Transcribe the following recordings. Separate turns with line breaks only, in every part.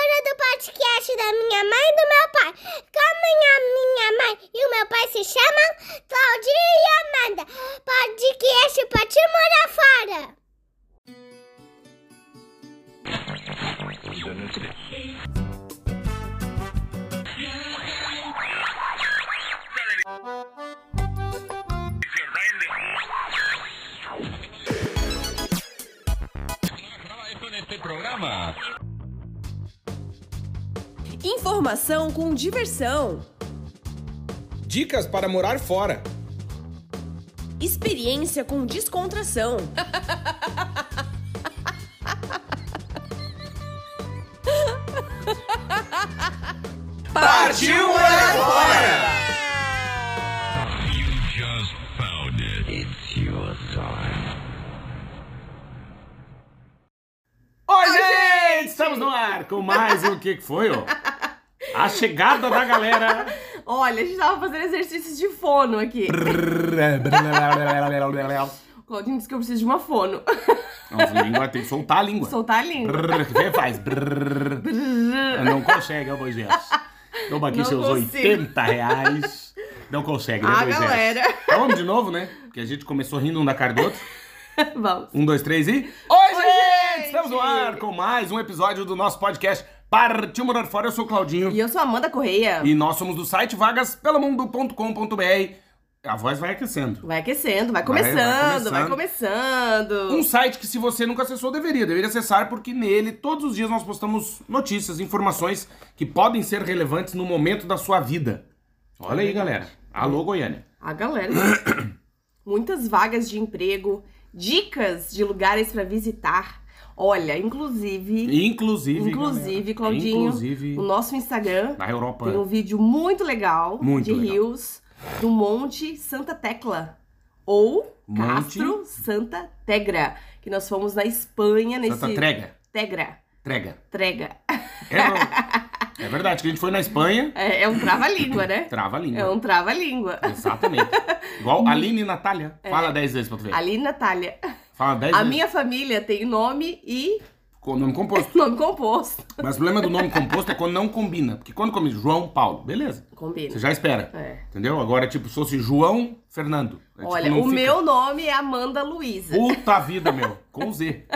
gente que acha da minha mãe e do meu pai. Como é a minha mãe e o meu pai se chamam Claudinha e Amanda. Pode que ache pra te morar fora.
con este programa.
Informação com diversão.
Dicas para morar fora.
Experiência com descontração.
Partiu morar fora!
You just found it. It's your time.
Oi, gente! Estamos no ar com mais um que que foi, ó? A chegada da galera.
Olha, a gente tava fazendo exercícios de fono aqui. O Claudinho disse que eu preciso de uma fono.
Nossa, a língua tem que soltar a língua.
Soltar a língua.
Brrr, Quem faz? Brrr. Não consegue, ô Moisés. Toma aqui
Não
seus
consigo.
80 reais. Não consegue, né,
Ah,
Moisés?
galera.
Então vamos de novo, né? Porque a gente começou rindo um da cara do outro.
Vamos.
Um, dois, três e. Oi, gente! Estamos no ar com mais um episódio do nosso podcast Partiu Morar Fora. Eu sou o Claudinho.
E eu sou a Amanda Correia.
E nós somos do site vagaspelomundo.com.br. A voz vai aquecendo.
Vai aquecendo, vai
Vai- vai
começando, vai,
começando.
começando.
Um site que, se você nunca acessou, deveria. Deveria acessar, porque nele, todos os dias, nós postamos notícias, informações que podem ser relevantes no momento da sua vida. Olha aí, galera. Alô, Goiânia.
A galera. Muitas vagas de emprego, dicas de lugares pra visitar. Olha, inclusive,
Inclusive.
Inclusive,
galera,
Claudinho,
Inclusive.
o nosso Instagram
Na Europa.
tem um vídeo muito legal
Muito
de
legal.
rios do Monte Santa Tecla. Ou
Monte-
Castro Santa Tegra. Que nós fomos na Espanha nesse.
Santa Trega.
Tegra.
Trega.
Trega.
É, não. é verdade, que a gente foi na Espanha.
É, é um trava-língua, né?
Trava a língua.
É um trava-língua.
Exatamente. Igual Aline e Natália. Fala dez vezes pra tu ver.
É. Ali, Natália.
Fala dez
A
vezes.
minha família tem nome e
Com nome composto.
nome composto.
Mas o problema do nome composto é quando não combina. Porque quando combina João Paulo, beleza. Você
Combina.
já espera.
É.
Entendeu? Agora, tipo, se fosse João Fernando. É, tipo,
Olha,
não
o
fica.
meu nome é Amanda Luísa.
Puta vida, meu. Com Z.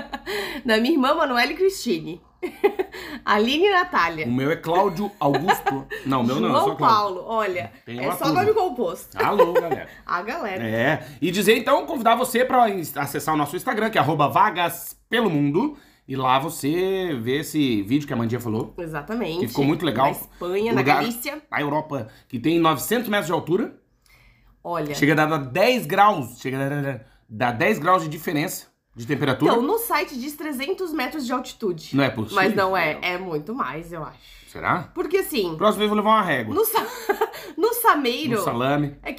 Da minha irmã, Manuela e Cristine. Aline e Natália.
O meu é Cláudio Augusto. Não, o meu não, é só
João
Cláudio.
Paulo, olha,
Tem
é
uma
só
turma.
nome composto.
Alô, galera.
A galera.
É. E dizer, então, convidar você pra ins- acessar o nosso Instagram, que é arroba vagas pelo mundo. E lá você vê esse vídeo que a Mandinha falou.
Exatamente.
É. Que ficou muito legal.
Na Espanha,
Lugar-
na Galícia.
A Europa, que tem 900 metros de altura.
Olha.
Chega a dar 10 graus. Chega a dar, dar 10 graus de diferença de temperatura.
Então, no site diz 300 metros de altitude.
Não é possível.
Mas não é, é muito mais, eu acho.
Será?
Porque assim,
Próximo vez eu vou levar uma régua.
no, sa... no
Um
Sameiro
salame.
é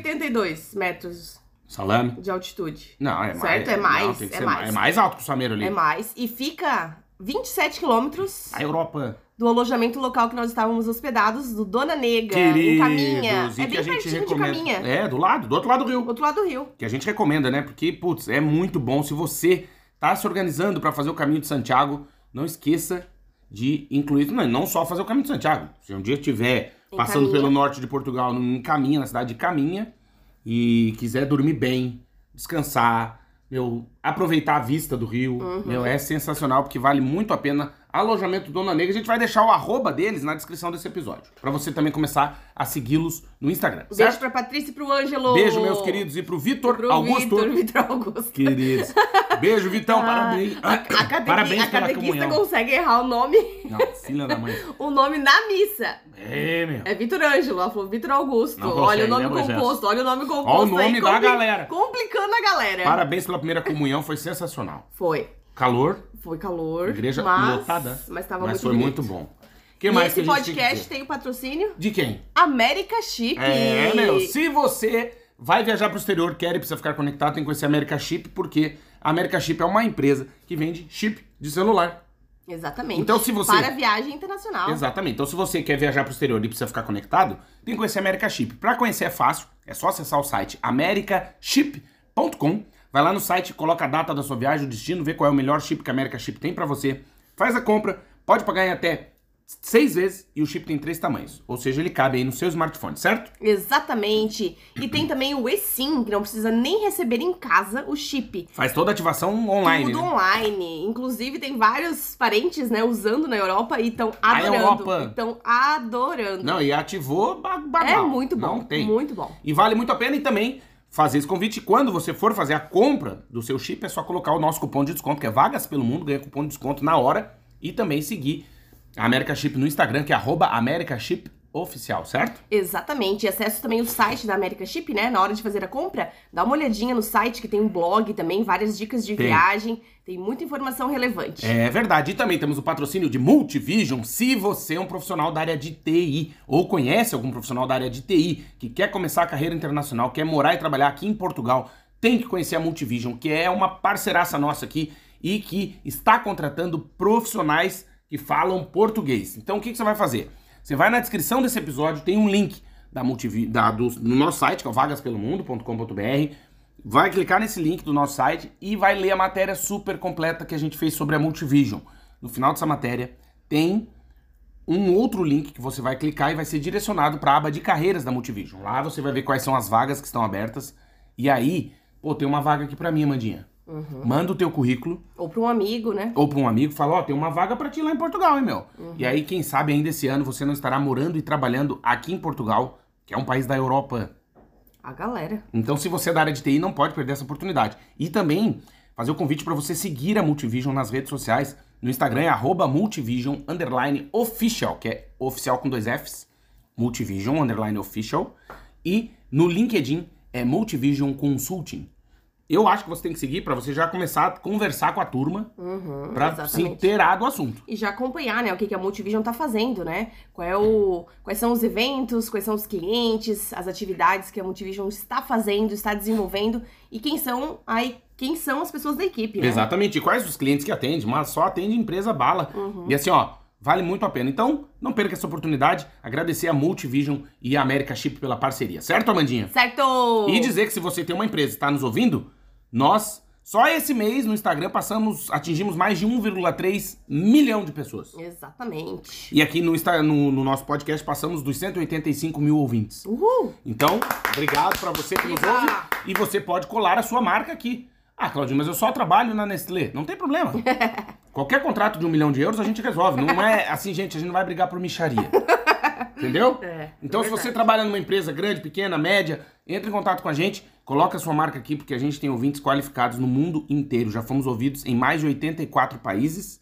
582 metros
Salame.
de altitude.
Não, é mais.
Certo, é
não,
mais,
tem que
é
ser
mais.
É mais alto que o Sameiro ali.
É mais. E fica 27 quilômetros
A Europa.
do alojamento local que nós estávamos hospedados, do Dona Nega, em
Queridos.
Caminha.
e
É
que a
bem
gente
pertinho de
recomenda.
Caminha.
É, do lado, do outro lado do rio.
Outro lado do rio.
que a gente recomenda, né? Porque, putz, é muito bom. Se você tá se organizando para fazer o caminho de Santiago, não esqueça de incluir, não, não só fazer o caminho de Santiago. Se um dia estiver
Em
passando
Caminha.
pelo norte de Portugal, num caminho, na cidade de Caminha, e quiser dormir bem, descansar, meu, aproveitar a vista do rio,
Uhum.
meu, é sensacional, porque vale muito a pena. Alojamento Dona Negra, a gente vai deixar o arroba deles na descrição desse episódio, para você também começar a segui-los no Instagram.
Um Beijo
Certo?
pra Patrícia e pro Ângelo.
Beijo, meus queridos, e pro Vitor
Pro
Augusto.
Vitor, Vitor Augusto.
Queridos. Beijo, Vitão.
Ah,
parabéns.
A, cadegui-
parabéns
a
pela
catequista
comunhão.
consegue errar o nome,
Não, filha da mãe.
o nome na missa.
É, meu.
É Vitor Ângelo, ela falou Vitor Augusto.
Não consegue,
olha o nome
né, Moisés?
composto, olha o nome composto.
nome
aí,
da galera.
Complicando a galera.
Parabéns pela primeira comunhão, foi sensacional.
Foi.
Calor,
Foi calor.
igreja
mas,
lotada.
Mas tava
mas
muito
foi muito
bonito.
bom. O que
e
mais
esse
que a gente
podcast
tem que dizer?
tem o patrocínio
De quem?
América Chip.
É, meu. Se você vai viajar pro exterior, quer e precisa ficar conectado, tem que conhecer a America Chip, porque a America Chip é uma empresa que vende chip de celular.
Exatamente.
Então, se você-
Para viagem internacional.
Exatamente. Então, se você quer viajar pro exterior e precisa ficar conectado, tem que conhecer a America Chip. Pra conhecer é fácil, é só acessar o site americaship.com. Vai lá no site, coloca a data da sua viagem, o destino, vê qual é o melhor chip que a America Chip tem pra você. Faz a compra, pode pagar em até seis vezes e o chip tem três tamanhos. Ou seja, ele cabe aí no seu smartphone, certo?
Exatamente. E tem também o eSIM, que não precisa nem receber em casa o chip.
Faz toda a ativação online.
Tudo
né?
online. Inclusive, tem vários parentes, né, usando na Europa e estão adorando.
Europa.
Estão adorando.
Não, e ativou ba-
é
banal.
muito bom.
Tá Não tem.
Muito bom.
E vale muito a pena e também fazer esse convite. Quando você for fazer a compra do seu chip, é só colocar o nosso cupom de desconto, que é Vagas Pelo Mundo, ganha cupom de desconto na hora. E também seguir a América Chip no Instagram, que é arroba América Chip Oficial, certo?
Exatamente. E acesso também o site da America Chip, né? Na hora de fazer a compra, dá uma olhadinha no site que tem um blog também, várias dicas de
Tem.
viagem, tem muita informação relevante.
É verdade. E também temos o patrocínio de Multivision. Se você é um profissional da área de TI ou conhece algum profissional da área de TI que quer começar a carreira internacional, quer morar e trabalhar aqui em Portugal, tem que conhecer a Multivision, que é uma parceiraça nossa aqui e que está contratando profissionais que falam português. Então o que, que você vai fazer? Você vai na descrição desse episódio, tem um link da Multivi da, do, no nosso site, que é o vagaspelomundo.com.br. Vai clicar nesse link do nosso site e vai ler a matéria super completa que a gente fez sobre a Multivision. No final dessa matéria tem um outro link que você vai clicar e vai ser direcionado para a aba de carreiras da Multivision. Lá você vai ver quais são as vagas que estão abertas. E aí, pô, tem uma vaga aqui para mim, Mandinha. Manda o teu currículo
Ou para um amigo, né?
ou para um amigo, e fala, ó, tem uma vaga para ti lá em Portugal, hein, meu? E aí, quem sabe ainda esse ano você não estará morando e trabalhando aqui em Portugal, que é um país da Europa.
A galera.
Então, se você é da área de TI, não pode perder essa oportunidade. E também fazer o convite para você seguir a Multivision nas redes sociais. No Instagram é arroba Multivision underline official, que é oficial com dois Fs. Multivision underline official. E no LinkedIn é Multivision Consulting. Eu acho que você tem que seguir para você já começar a conversar com a turma
Uhum,
para se inteirar do assunto.
e já acompanhar, né, o que, que a Multivision tá fazendo, né? Qual é o, quais são os eventos, quais são os clientes, as atividades que a Multivision está fazendo, está desenvolvendo e quem são aí quem são as pessoas da equipe, né?
Exatamente. E quais os clientes que atende, mas só atende empresa bala. E assim, ó, vale muito a pena. Então, não perca essa oportunidade. Agradecer a Multivision e a América Chip pela parceria. Certo, Amandinha?
Certo!
E dizer que se você tem uma empresa e está nos ouvindo, nós, só esse mês no Instagram, passamos, atingimos mais de 1,3 milhão de pessoas.
Exatamente.
E aqui no, Insta- no, no nosso podcast passamos dos 185 mil ouvintes.
Uhul!
Então, obrigado pra você que nos
Viva!
ouve. E você pode colar a sua marca aqui. Ah, Claudinho, mas eu só trabalho na Nestlé. Não tem problema. Qualquer contrato de um milhão de euros a gente resolve. Não é assim, gente, a gente não vai brigar por micharia. Entendeu?
É,
Então,
é
se você
verdade.
trabalha numa empresa grande, pequena, média, entre em contato com a gente, coloca a sua marca aqui, porque a gente tem ouvintes qualificados no mundo inteiro. Já fomos ouvidos em mais de 84 países.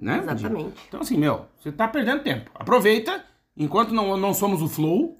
Né? Mandinha?
Exatamente.
Então, assim, meu, você tá perdendo tempo. Aproveita, enquanto não, não somos o Flow,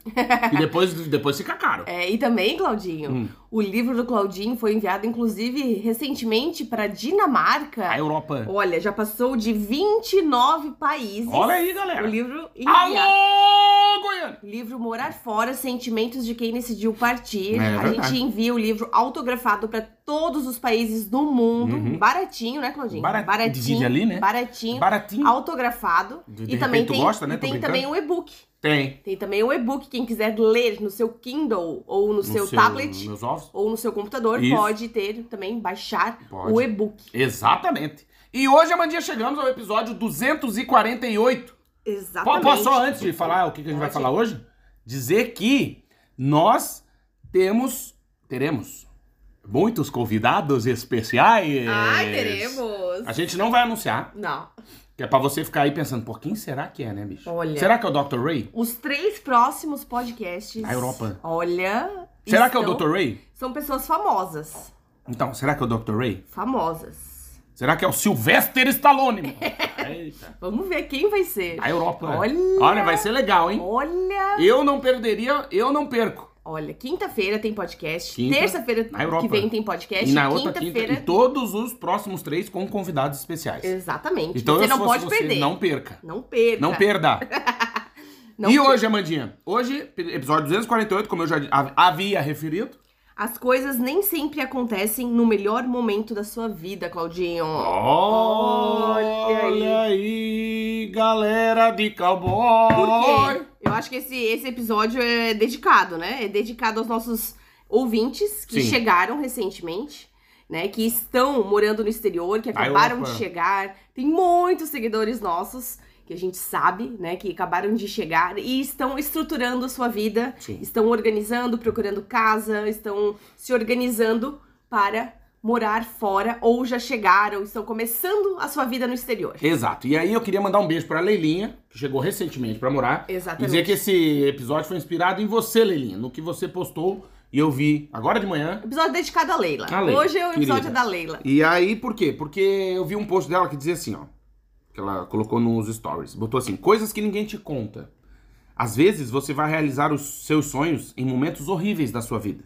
e depois, depois fica caro.
É, e também, Claudinho,
Hum.
o livro do Claudinho foi enviado, inclusive, recentemente para Dinamarca.
A Europa.
Olha, já passou de 29 países.
Olha aí,
O
galera.
livro enviado.
Alô, Goiânia!
Livro Morar Fora, Sentimentos de Quem Decidiu Partir.
É
a
verdade.
gente envia o livro autografado pra todos os países do mundo.
Uhum.
Baratinho, né, Claudinho?
Bara-
Baratinho.
Diz ali, né?
Baratinho.
Baratinho.
Autografado.
De-
e
de
também
repente tu
tem,
gosta, né?
e
Tô
tem
brincando.
também o e-book.
Tem.
Tem também o e-book. Quem quiser ler no seu Kindle ou no, seu, tablet
Meus ovos.
ou no seu computador,
Isso.
pode ter também, baixar
Pode.
o e-book.
Exatamente. E hoje, Amandinha, chegamos ao episódio 248. Po-
Exatamente.
Posso só, antes de falar o que, que a gente vai
Pode.
falar hoje, dizer que nós temos, teremos muitos convidados especiais.
Ai, teremos.
A gente não vai anunciar,
Não.
que é pra você ficar aí pensando, pô, quem será que é, né, bicho?
Olha.
Será que é o Dr. Ray?
Os três próximos podcasts.
Na Europa.
Olha.
Será que é o
estão-
Dr. Ray?
São pessoas famosas.
Então, será que é o Dr. Ray?
Famosas.
Será que é o Sylvester Stallone? meu? Eita.
Vamos ver quem vai ser.
A Europa. né?
Olha.
Olha, vai ser legal, hein?
Olha.
Eu não perderia, eu não perco.
Olha, quinta-feira tem podcast.
Quinta,
Terça-feira
na Europa.
que vem tem podcast.
e na outra quinta,
É quinta-feira.
e todos os próximos três com convidados especiais.
Exatamente.
Então,
você
eu,
não
se fosse
pode
você,
perder.
não perca.
Não perca.
Não perda.
Não
e
perca.
hoje, Amandinha? Hoje, episódio 248, como eu já hav- havia referido.
As coisas nem sempre acontecem no melhor momento da sua vida, Claudinho.
Olha,
Olha
aí, galera de
Por
cowboy.
quê? Eu acho que esse, esse episódio é dedicado, né? É dedicado aos nossos ouvintes que
Sim.
chegaram recentemente, né? Que estão morando no exterior, que
Na
acabaram
Europa.
de chegar. Tem muitos seguidores nossos. que a gente sabe, né, que acabaram de chegar e estão estruturando a sua vida,
Sim.
estão organizando, procurando casa, estão se organizando para morar fora ou já chegaram, estão começando a sua vida no exterior.
Exato. E aí eu queria mandar um beijo pra Leilinha, que chegou recentemente pra morar. E
Exatamente.
dizer que esse episódio foi inspirado em você, Leilinha, no que você postou e eu vi agora de manhã.
Episódio dedicado à Leila.
A Leila,
Hoje é o episódio
querida.
da Leila.
E aí, por quê? Porque eu vi um post dela que dizia assim, ó. Que ela colocou nos stories. Botou assim: coisas que ninguém te conta. Às vezes você vai realizar os seus sonhos em momentos horríveis da sua vida.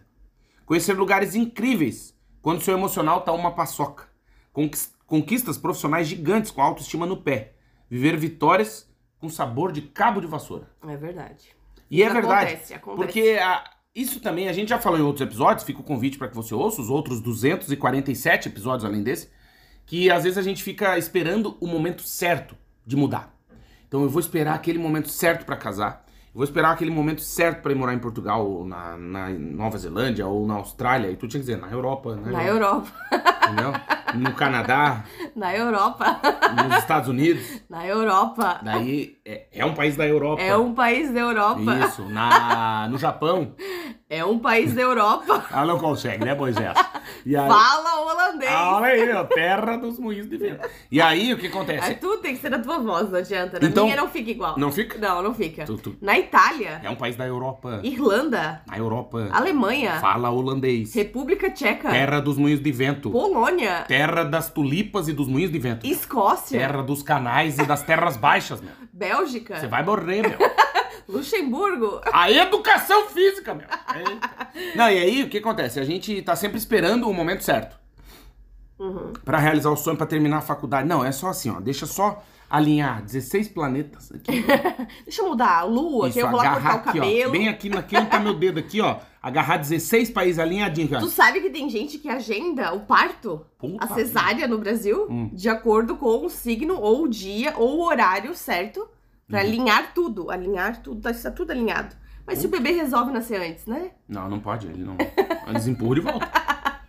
Conhecer lugares incríveis quando seu emocional tá uma paçoca. Conquis- Conquistas profissionais gigantes com autoestima no pé. Viver vitórias com sabor de cabo de vassoura.
É verdade.
E é
Acontece,
verdade.
acontece.
Porque a- isso também, a gente já falou em outros episódios, fica o convite para que você ouça os outros 247 episódios além desse, que às vezes a gente fica esperando o momento certo de mudar. Então eu vou esperar aquele momento certo para casar, eu vou esperar aquele momento certo para ir morar em Portugal, ou na, na Nova Zelândia, ou na Austrália, e tu tinha que dizer, na Europa, né?
Na Europa.
Entendeu? No Canadá,
Na Europa.
nos Estados Unidos.
Na Europa.
Daí é, é um país da Europa.
É um país da Europa.
Isso, na, no Japão.
É um país da Europa.
Ela não consegue, né, Moisés? E aí,
Fala holandês.
Ah, olha aí, ó, terra dos moinhos de vento. E aí, o que
Aí
acontece?
É tu tem que ser da tua voz, não adianta. Na
é Então-
minha não fica igual.
Não fica?
Não, não fica.
Tu- tu-
Na Itália,
É um país da Europa.
Irlanda,
Na Europa.
Alemanha,
Fala holandês.
República Tcheca,
Terra dos moinhos de vento.
Polônia,
Terra das tulipas e dos moinhos de vento.
Escócia,
Terra dos canais e das terras baixas, meu.
Bélgica,
É. Você vai morrer, meu.
Luxemburgo.
A educação física, meu. Eita. Não, e aí, o que acontece? A gente tá sempre esperando o momento certo.
Uhum.
Pra realizar o sonho, pra terminar a faculdade. Não, é só assim, ó. Deixa só alinhar 16 planetas aqui.
Deixa eu mudar a lua,
Isso,
que eu vou lá cortar
agarrar
o
aqui,
cabelo.
Ó, bem aqui naquele onde tá meu dedo aqui, ó. Agarrar 16 países alinhadinho aqui,
Tu
ó.
sabe que tem gente que agenda o parto,
Puta
a cesárea no Brasil,
Hum.
de acordo com o signo, ou o dia, ou o horário certo, pra
Uhum.
alinhar tudo. Alinhar tudo, tá, tá tudo alinhado. Mas
Hum.
se o bebê resolve nascer antes, né?
vida. Não, não pode, ele não. Eles empurram e voltam.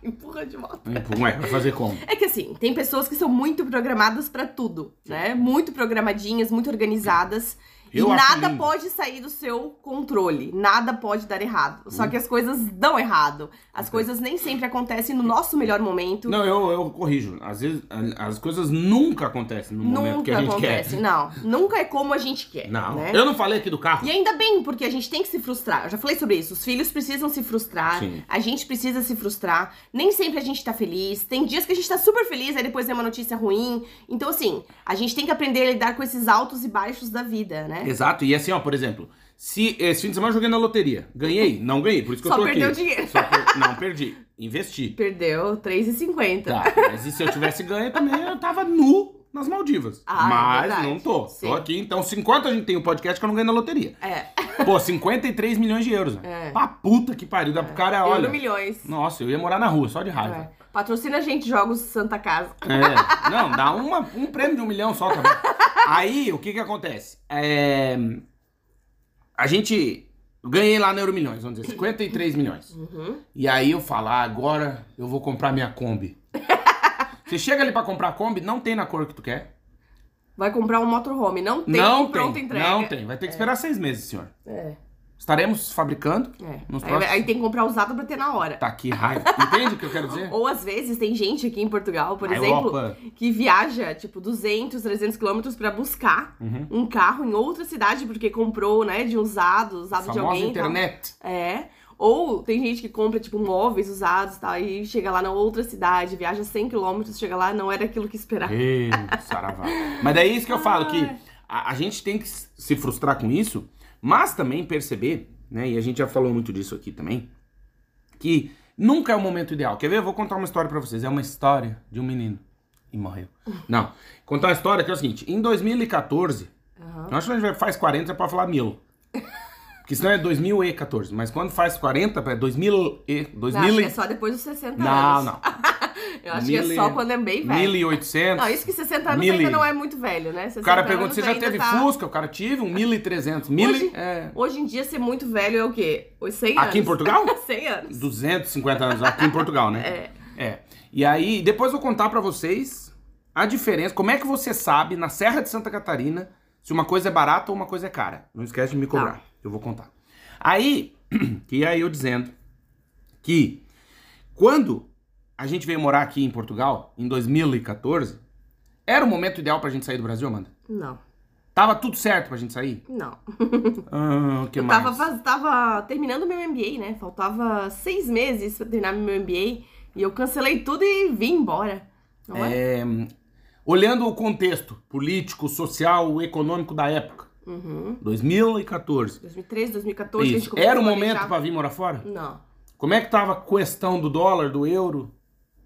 Empurra de volta.
Empurram, ué, vai fazer como?
É que assim, tem pessoas que são muito programadas pra tudo, né? Muito programadinhas, muito organizadas.
Eu
e
acho
nada
lindo.
pode sair do seu controle, nada pode dar errado.
Uhum.
Só que as coisas dão errado. As coisas nem sempre acontecem no nosso melhor momento.
Não, eu, eu corrijo. Às vezes a- as coisas nunca acontecem no momento que
Nunca
a gente
acontece, não. Nunca é como a gente quer.
quer. Não.
né?
Eu não falei aqui do carro.
E ainda bem, porque a gente tem que se frustrar. Eu já falei sobre isso. Os filhos precisam se frustrar.
Sim.
A gente precisa se frustrar. Nem sempre a gente tá feliz. Tem dias que a gente tá super feliz, aí depois é uma notícia ruim. Então, assim, a gente tem que aprender a lidar com esses altos e baixos da vida, né?
Exato. E assim, ó, por exemplo, se esse fim de semana eu joguei na loteria. Ganhei? Não ganhei, por isso que
Só
eu tô aqui.
perdeu dinheiro.
Só per- Não, perdi. Investi.
Perdeu 3,50.
Tá, mas e se eu tivesse ganho também, eu tava nu nas Maldivas.
Ah, é
mas
verdade.
não tô.
Sim.
Tô aqui, então, se- enquanto a gente tem o podcast, que eu não ganho na loteria.
É.
Pô, 53 milhões de euros. né?
É.
Pra puta que pariu. Dá pro cara,
Euro
olha.
milhões.
Nossa, eu ia morar na rua, só de
É.
raiva.
Patrocina a gente, Jogos Santa Casa.
É. Não, dá uma- um prêmio de um milhão só também. Aí, o que que acontece? É, A gente. eu Ganhei lá na Euro Milhões, vamos dizer, 53 milhões.
Uhum.
E aí eu falo, ah, agora eu vou comprar minha Kombi. Você chega ali pra comprar a Kombi, não tem na cor que tu quer.
Vai comprar um motorhome. Não tem
não
pronta
tem,
entrega.
não tem. Vai ter que esperar seis meses, senhor.
É.
Estaremos fabricando.
É.
Nos
Aí-
próximos-
aí tem que comprar usado pra ter na hora.
Tá aqui raiva. Entende o que eu quero dizer?
É. Ou às vezes tem gente aqui em Portugal, por
A
exemplo,
Europa.
que viaja tipo 200, 300 quilômetros pra buscar
Uhum.
um carro em outra cidade porque comprou, né, de um usado, usado de
Famosa
alguém. tá? e tal.
internet.
É. Ou tem gente que compra tipo móveis usados, e tal, e chega lá na outra cidade, viaja 100 quilômetros, chega lá não era aquilo que esperava.
Ei, saravá. Tá. Mas daí é isso que eu falo, que a, a gente tem que s- se frustrar com isso, mas também perceber, né? E a gente já falou muito disso aqui também, que nunca é o momento ideal. Quer ver? Eu vou contar uma história pra vocês. É uma história de um menino. E morreu. Não. Contar uma história que é o seguinte. Em 2014,
Aham.
Eu acho que a gente vai- faz 40 é pra falar mil. Porque senão é 2014. Mas quando faz 40, é 2000 e...
Não, acho
2000
que é
e...
só depois dos 60
Não,
anos.
não.
Eu acho que
Mil
é
e-
só quando é bem velho.
1800.
Não, isso que 60 anos
Mil e-
ainda não é muito velho, né?
O cara
60
pergunta,
anos
você já
ainda
teve
tá...
Fusca? O cara tive um 1300. Mil e...
Hoje-
É...
Hoje em dia ser muito velho é o quê? Os 100 anos.
Aqui em Portugal?
100 anos.
250 anos aqui em Portugal, né? É. E aí, depois eu vou contar pra vocês a diferença. Como é que você sabe, na Serra de Santa Catarina, se uma coisa é barata ou uma coisa é cara. Não esquece de me cobrar.
Tá.
Eu vou contar. Aí, que ia eu dizendo que quando a gente veio morar aqui em Portugal, em 2014, era o momento ideal pra gente sair do Brasil, Amanda?
Não,
Tava tudo certo pra gente sair?
não.
Ah, o que
eu
mais?
tava, faz- tava terminando meu MBA, né? Faltava seis meses pra terminar meu MBA. E eu cancelei tudo e vim embora. Não é?
É, olhando o contexto político, social, econômico da época,
Uhum.
2014.
2013, 2014, Então, que a gente
Isso.
começou
Era o
a
momento
planejar.
pra vir morar fora?
Não.
Como é que tava a questão do dólar, do euro?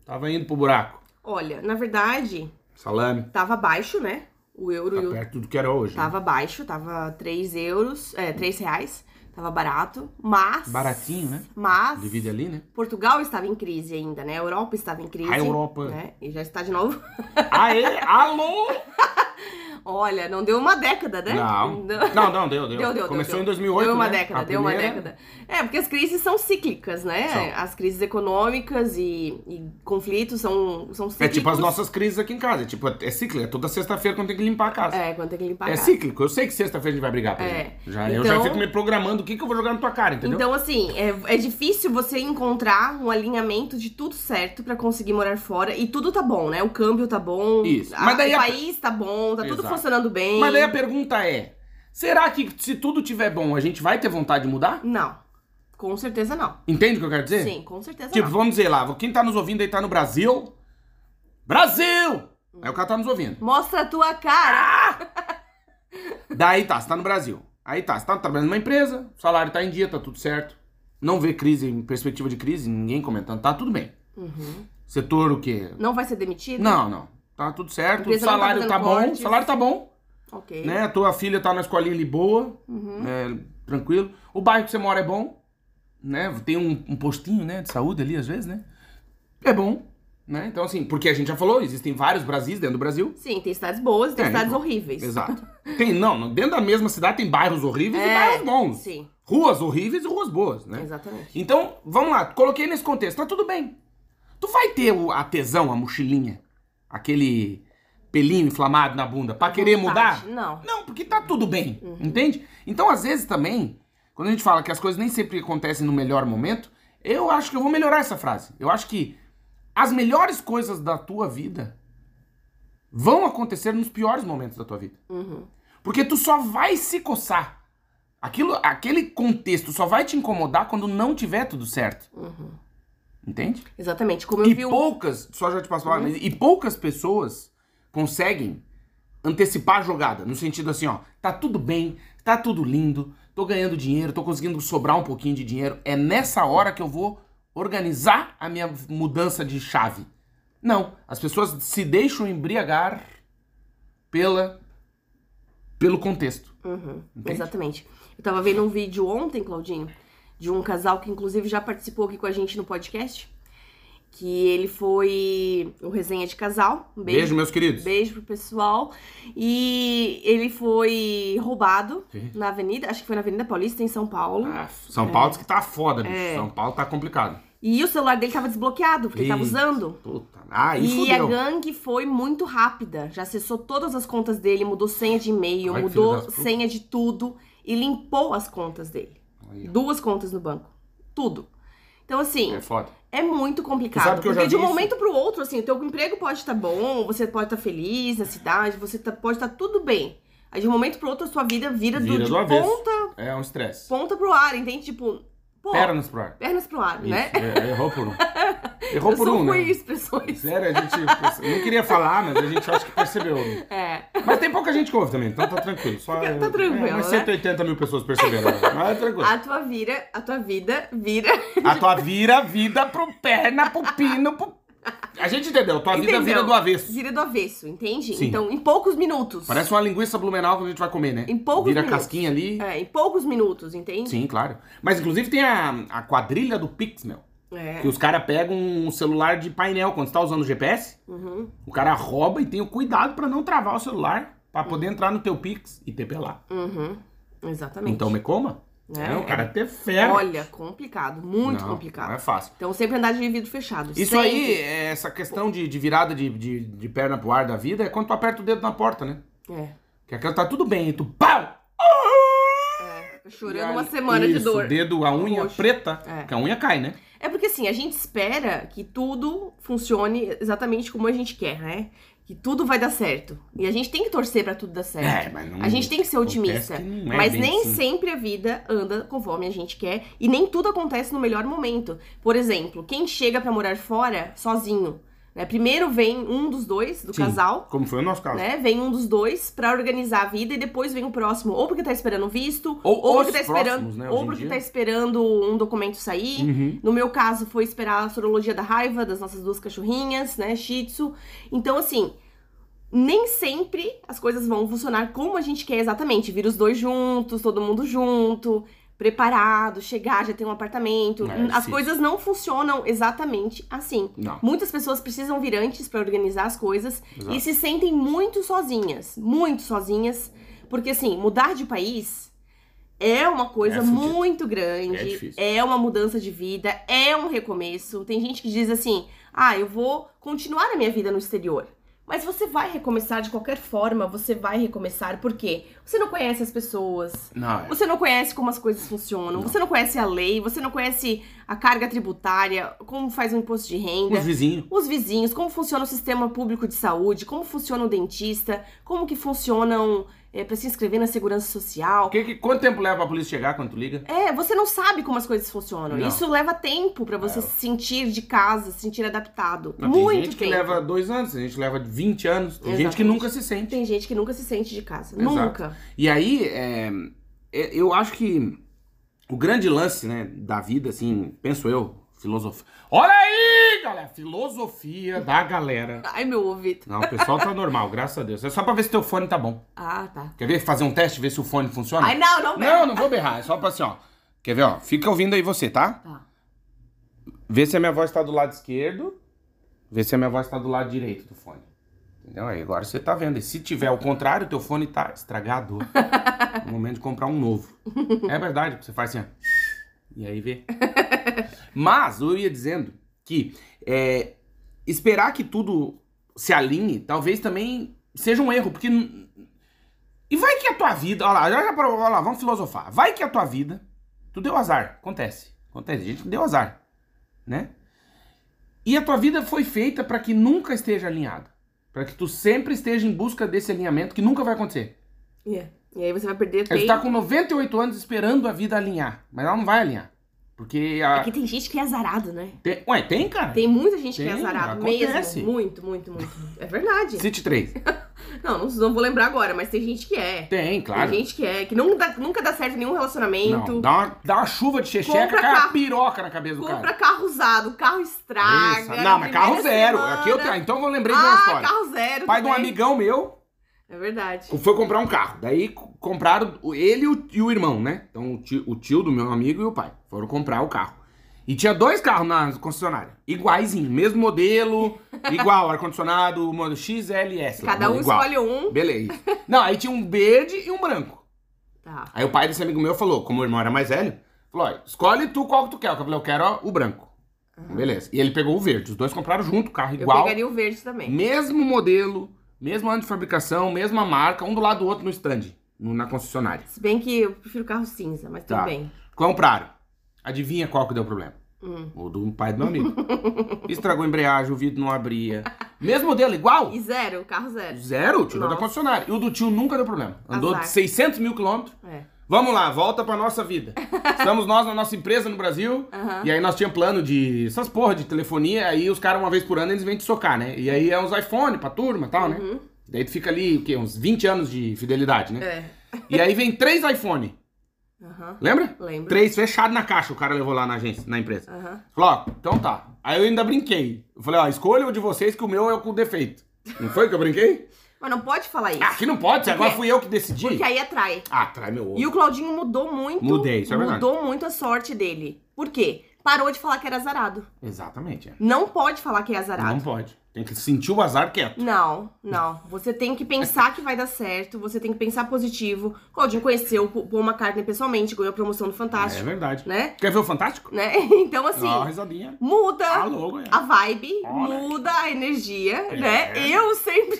Tava indo pro buraco.
Olha, na verdade,
Salame.
tava baixo, né? O euro
Tá
e o
perto do que era hoje. né?
Tava baixo, tava 3 euros, é, 3 reais, tava barato, mas...
Baratinho, né?
Mas
Divide ali, né?
Portugal estava em crise ainda, né? A Europa estava em crise.
A Europa.
Né? E já está de novo.
Aê, alô!
Olha, não deu uma década, né?
Não. Não, não, deu, deu.
Deu, deu,
Começou
deu,
em
deu.
2008,
Deu uma
né?
década,
A
deu uma
primeira-
década. É, porque as crises são cíclicas, né?
São.
As crises econômicas e, e conflitos são, são cíclicos.
É tipo as nossas crises aqui em casa. É tipo, é cíclico. É toda sexta-feira quando tem que limpar a casa.
É, quando tem que limpar a
É
casa.
cíclico. Eu sei que sexta-feira a gente vai brigar, por
É.
exemplo. Já, Eu já
Então-
fico me programando o que, que eu vou jogar na tua cara, entendeu?
Então, assim, é, é difícil você encontrar um alinhamento de tudo certo pra conseguir morar fora. E tudo tá bom, né? O câmbio tá bom,
Isso.
a-
Mas daí
o
a-
país tá bom, tá tudo
Exato.
funcionando bem.
Mas daí a pergunta é: será que se tudo tiver bom, a gente vai ter vontade de mudar?
Não, com certeza não.
Entende o que eu quero dizer?
Sim, com certeza
Tipo,
não.
vamos dizer lá, quem tá nos ouvindo aí tá no Brasil. Brasil!
Hum.
Aí o cara tá nos ouvindo.
Mostra a tua cara!
Ah! Daí tá, você tá no Brasil. Aí tá, você tá trabalhando numa empresa, o salário tá em dia, tá tudo certo. Não vê crise, em perspectiva de crise, ninguém comentando, tá tudo bem. Setor o quê?
Uhum. Não vai ser demitido?
Não, não. Tá tudo certo, o
Empresa não tá
salário
fazendo
tá bom, o
cortes.
salário tá bom,
Ok.
né? A tua filha tá na escolinha ali boa,
Uhum.
né? tranquilo. O bairro que você mora é bom, né? Tem um, um postinho, né, de saúde ali às vezes, né? É bom, né? Então assim, porque a gente já falou, existem vários Brasis dentro do Brasil.
Sim, tem cidades boas e tem
É,
cidades
então,
horríveis.
Exato. Tem, não, não, dentro da mesma cidade tem bairros horríveis e
É,
bairros bons.
Sim,
Ruas horríveis e ruas boas, né?
exatamente.
Então, vamos lá, coloquei nesse contexto, tá tudo bem. Tu vai ter o- a tesão, a mochilinha, aquele pelinho inflamado na bunda, pra querer
Vontade, né?
mudar?
Não. Uhum.
Não, porque tá tudo bem, entende? Então, às vezes também, quando a gente fala que as coisas nem sempre acontecem no melhor momento, eu acho que eu vou melhorar essa frase. Eu acho que as melhores coisas da tua vida vão acontecer nos piores momentos da tua vida.
Uhum.
Porque tu só vai se coçar. Aquilo, aquele contexto só vai te incomodar quando não tiver tudo certo.
Uhum.
Entende?
Exatamente. Como eu
E
vi um... Uhum.
poucas, só já te passo a palavra, mas- e poucas pessoas conseguem antecipar a jogada, no sentido assim, ó, tá tudo bem, tá tudo lindo, tô ganhando dinheiro, tô conseguindo sobrar um pouquinho de dinheiro, é nessa hora que eu vou organizar a minha mudança de chave. Não, as pessoas se deixam embriagar pela pelo contexto.
Uhum,
Entende?
exatamente. Eu tava vendo um vídeo ontem, Claudinho, de um casal que inclusive já participou aqui com a gente no podcast. Que ele foi o resenha de casal. Um
Beijo,
beijo.
meus queridos.
Beijo pro pessoal. E ele foi roubado
Sim.
na avenida, acho que foi na Avenida Paulista, em São Paulo.
Ah, São Paulo diz que tá foda, bicho.
É.
São Paulo tá complicado.
E o celular dele tava desbloqueado, porque ele tava
Ih,
usando.
Puta. Ah,
E
isso
a
deu.
gangue foi muito rápida. Já acessou todas as contas dele, mudou senha de e-mail,
Ai, que filho
mudou
das putas.
senha de tudo e limpou as contas dele.
Aí, ó.
Duas contas no banco. Tudo. Então, assim,
É foda.
é muito complicado.
Sabe que eu
Porque
já
de um
vi isso?
momento pro outro, assim, o teu emprego pode estar bom, você pode estar feliz na cidade, você tá- pode estar tudo bem. Aí de um momento pro outro a sua vida vira,
Vira
do, de
do avesso.
ponta,
É um estresse.
ponta pro ar, entende? Tipo, pô,
Pernas pro ar.
pernas pro ar,
Isso,
né?
é, errou por um. Errou
Eu
por
sou
um,
ruim em
né?
expressões.
Sério, a gente. Eu não queria falar, mas a gente acho que percebeu. né?
É.
Mas tem pouca gente que ouve também, então tá tranquilo. Só,
Fica- tá tranquilo,
É, umas
né?
180 mil pessoas perceberam. né? Mas é tranquilo.
A tua vira, a tua vida vira.
A tua vira, vida pro perna, pro pino, pro. A gente entendeu, tua vida
Entendeu?
vira do avesso.
Vira do avesso, entende?
Sim.
Então, em poucos minutos.
Parece uma linguiça blumenau quando a gente vai comer, né?
Em poucos
Vira
minutos.
casquinha ali.
É, em poucos minutos, entende?
Sim, claro. Mas inclusive tem a, a quadrilha do Pixmel.
É.
Que os caras pegam um celular de painel quando você tá usando o GPS.
Uhum.
O cara rouba e tem o cuidado pra não travar o celular. Pra poder entrar no teu Pix e te pelar.
Uhum. Exatamente.
Então me coma.
É.
É, o cara te ferra.
Olha, complicado, muito
Não,
complicado.
Não é fácil.
Então sempre andar de vidro fechado.
Isso
sempre.
aí, é essa questão de, de virada de, de, de perna pro ar da vida é quando tu aperta o dedo na porta, né?
É.
Que aquela tá tudo bem, e tu pau!
Fica
E
Chorando
aí-
uma semana de
isso,
dor.
dedo, a unha
Roxo.
preta,
É.
que a unha cai, né?
É porque assim, a gente espera que tudo funcione exatamente como a gente quer, né? Que tudo vai dar certo. E a gente tem que torcer pra tudo dar certo.
É, mas não-
É. a gente tem que ser
acontece
otimista.
que não é
mas
bem
nem
assim.
sempre a vida anda conforme a gente quer e nem tudo acontece no melhor momento. Por exemplo, quem chega pra morar fora sozinho, né? Primeiro vem um dos dois do
Sim.
casal
Como foi o nosso caso.
né? Vem um dos dois pra organizar a vida e depois vem o próximo, ou porque tá esperando visto,
Ou
porque
os
tá esperando,
próximos, né, hoje
ou
em
porque
dia.
tá esperando um documento sair.
Uhum.
No meu caso foi esperar a sorologia da raiva das nossas duas cachorrinhas, né, Shih Tzu. Então assim, nem sempre as coisas vão funcionar como a gente quer exatamente. Vir os dois juntos, todo mundo junto, preparado, chegar, já ter um apartamento.
É,
as
sim.
coisas não funcionam exatamente assim.
Não.
Muitas pessoas precisam vir antes pra organizar as coisas
Exato.
e se sentem muito sozinhas, muito sozinhas, porque assim, mudar de país é uma coisa
É fudido.
muito grande,
É difícil.
é uma mudança de vida, é um recomeço. Tem gente que diz assim: "Ah, eu vou continuar a minha vida no exterior". Mas você vai recomeçar de qualquer forma, você vai recomeçar porque você não conhece as pessoas,
Não, é.
você não conhece como as coisas funcionam, você não conhece a lei, você não conhece a carga tributária, como faz o imposto de renda
Os vizinhos.
os vizinhos, como funciona o sistema público de saúde, como funciona o dentista, como que funcionam é, para se inscrever na segurança social.
O que, que- quanto tempo leva pra polícia chegar quando tu liga?
É, você não sabe como as coisas funcionam.
Não. É.
Isso leva tempo pra você se sentir de casa, se sentir adaptado.
Não,
Muito
tem gente
tempo.
que leva dois anos, tem gente que leva 20 anos, tem gente
Exatamente.
que nunca se sente.
Tem gente que nunca se sente de casa.
Exato.
Nunca.
E aí, é, é, eu acho que o grande lance, né, da vida, assim, penso eu, filosofia. Olha aí, galera! Filosofia da galera.
Ai, meu ouvido.
Não, o pessoal tá normal, graças a Deus. É só pra ver se teu fone tá bom.
Ah, tá.
Quer ver? Fazer um teste, ver se o fone funciona?
Ai, não, não,
Não, não vou berrar. É só pra assim, ó. Quer ver, ó? Fica ouvindo aí você, tá?
Tá.
Vê se a minha voz tá do lado esquerdo. Vê se a minha voz tá do lado direito do fone. Entendeu? Aí agora você tá vendo. E se tiver ao contrário, teu fone tá estragado. É o momento de comprar um novo. É verdade, porque você faz assim, ó. E aí vê. Mas eu ia dizendo que é, esperar que tudo se alinhe talvez também seja um erro, porque. n- E vai que a tua vida. Olha lá, já- já parou, olha lá, vamos filosofar. Vai que a tua vida. Tu deu azar. Acontece. Acontece. Gente que deu azar. Né? E a tua vida foi feita para que nunca esteja alinhada. Para que tu sempre esteja em busca desse alinhamento que nunca vai acontecer.
É. E aí você vai perder
Ele
tempo.
tá com 98 anos esperando a vida alinhar, mas ela não vai alinhar. Porque a.
Aqui tem gente que é azarado, né?
Tem... Ué, tem, cara?
Tem muita gente que é
Tem,
azarado
acontece.
mesmo. Muito, muito, muito. É verdade.
City 3.
Não, não, não vou lembrar agora, mas tem gente que é.
Tem, claro.
Tem gente que é, que não dá- nunca dá certo em nenhum relacionamento.
Não, dá uma, dá uma chuva de checheca,
Compra
cai uma
carro.
piroca na cabeça do cara.
Compra carro usado, carro estraga.
Isso. Não, mas carro zero. Aqui eu tenho. Então eu lembrei de uma
ah,
história.
carro zero.
Pai de um
também.
amigão meu,
É verdade.
foi comprar um carro. Daí c- compraram o- ele e o, e o irmão, né? Então o tio, o tio do meu amigo e o pai foram comprar o carro. E tinha dois carros na concessionária, iguaizinho, mesmo modelo, igual, ar-condicionado, modelo XLS. lá,
Cada um
igual.
escolhe um.
Beleza. Não, aí tinha um verde e um branco.
Tá.
Aí o pai desse amigo meu falou, como o irmão era mais velho, falou, olha, escolhe tu qual que tu quer. Eu falei, eu quero ó, o branco. Beleza. E ele pegou o verde. Os dois compraram junto, carro
Ah. Eu
igual.
pegaria o verde também.
Mesmo modelo, mesmo ano de fabricação, mesma marca, um do lado do outro no stand, no- na concessionária.
Se bem que eu prefiro carro cinza, mas tudo
Tá.
bem.
Compraram. Adivinha qual que deu problema?
Hum.
O do pai do meu amigo. Estragou a embreagem, o vidro não abria. Mesmo modelo, igual?
E zero, carro zero.
Zero, tirou
Nossa.
da concessionária. E o do tio nunca deu problema. Andou
Azar.
600 mil quilômetros.
É.
Vamos lá, volta pra nossa vida. Estamos nós na nossa empresa no Brasil.
Aham.
E aí nós tinha plano de essas porra de telefonia. Aí os caras, uma vez por ano, eles vêm te socar, né? E aí é uns iPhone pra turma e tal, né? Daí tu fica ali, o quê? Uns 20 anos de fidelidade, né?
Uhum. É.
E aí vem três iPhone.
Aham.
Lembra?
Lembro.
Três fechados na caixa o cara levou lá na agência, na empresa.
Aham.
Falou, ó, então tá. Aí eu ainda brinquei. Eu falei, ó, escolha o de vocês que o meu é o com defeito. Não foi que eu brinquei?
Mas não pode falar isso.
Ah, que não pode, se agora
Porque-
fui eu que decidi.
Porque aí atrai.
Ah, trai meu ovo.
E o Claudinho mudou muito.
Mudei, isso é verdade.
Mudou muito a sorte dele. Por quê? Parou de falar que era azarado.
Exatamente, é.
Não pode falar que é azarado.
Não pode. Tem que sentir o azar quieto.
Não, não. Você tem que pensar que vai dar certo, você tem que pensar positivo. Claudinho conheceu o Paul McCartney pessoalmente, ganhou a promoção do
é
Fantástico,
verdade.
né?
Quer ver o Fantástico?
Né? Então, assim,
Dá uma risadinha.
muda
Ah, logo, é.
a vibe,
Olha.
muda a energia,
É.
né? Eu sempre.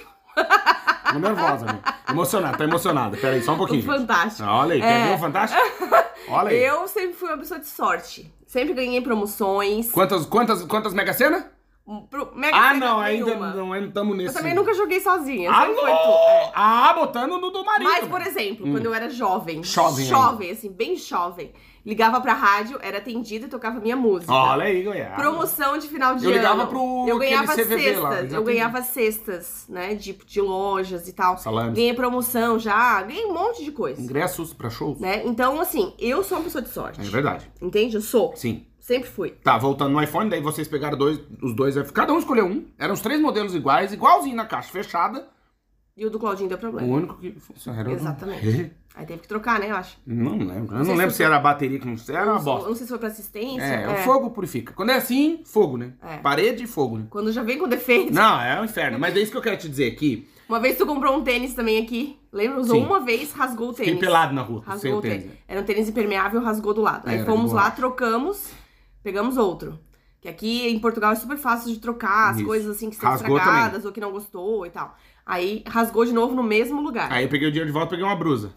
Tô nervosa, né? Emocionada, tô emocionada. Pera aí, só um pouquinho. gente.
Fantástico.
Olha aí, quer
É.
ver o Fantástico? Olha aí.
Eu sempre fui uma pessoa de sorte. Sempre ganhei promoções.
Quantas, quantas, quantas Mega Sena?
Um pro- Mega
Ah,
Sena
não, ainda
nenhuma.
não estamos nesse.
Eu também nunca joguei sozinha. sempre
Alô!
foi tu. É.
Ah, botando no do marido.
Mas, por exemplo, quando eu era jovem,
Hum. Jovem ainda.
jovem, assim, bem jovem, ligava pra rádio, era atendida e tocava minha música.
Olha aí, Goiás.
Promoção de final de
Ah, Eu
ano.
ligava pro
Eu ganhava
aquele CVV
cestas.
lá,
eu
exatamente.
ganhava cestas, né? De, de lojas e tal.
Salame.
Ganhei promoção já, ganhei um monte de coisa.
Ingressos pra show?
Né? Então, assim, eu sou uma pessoa de sorte.
É verdade.
Entende? Eu sou.
Sim.
Sempre fui.
Tá, voltando no iPhone, daí vocês pegaram dois, os dois, cada um escolheu um. Eram os três modelos iguais, igualzinho na caixa fechada.
E o do Claudinho deu
O
problema.
único que funcionava era o do-
Exatamente. Aí teve que trocar, né? Eu acho.
Não lembro. Eu
sei
não
se
lembro se
foi-
era a bateria que não era uma bosta.
Não sei se foi pra assistência.
É, o fogo purifica. Quando é assim, fogo, né?
É.
Parede e fogo, né?
Quando já vem com defeito.
Não, é um inferno. Mas é isso que eu quero te dizer aqui.
Uma vez tu comprou um tênis também aqui. Lembra? Usou
Sim.
uma vez, rasgou o tênis.
Fiquei pelado na rua, sem
Rasgou
o
o tênis.
tênis.
Era um tênis impermeável, rasgou do lado. Aí
Era,
fomos
de
lá,
borracha.
trocamos, pegamos outro. Que aqui em Portugal é super fácil de trocar as
Isso.
coisas assim que estão
Rasgou
estragadas ou que não gostou e tal. Aí rasgou de novo no mesmo lugar. Aí,
Aí eu peguei o dinheiro de volta e peguei uma brusa.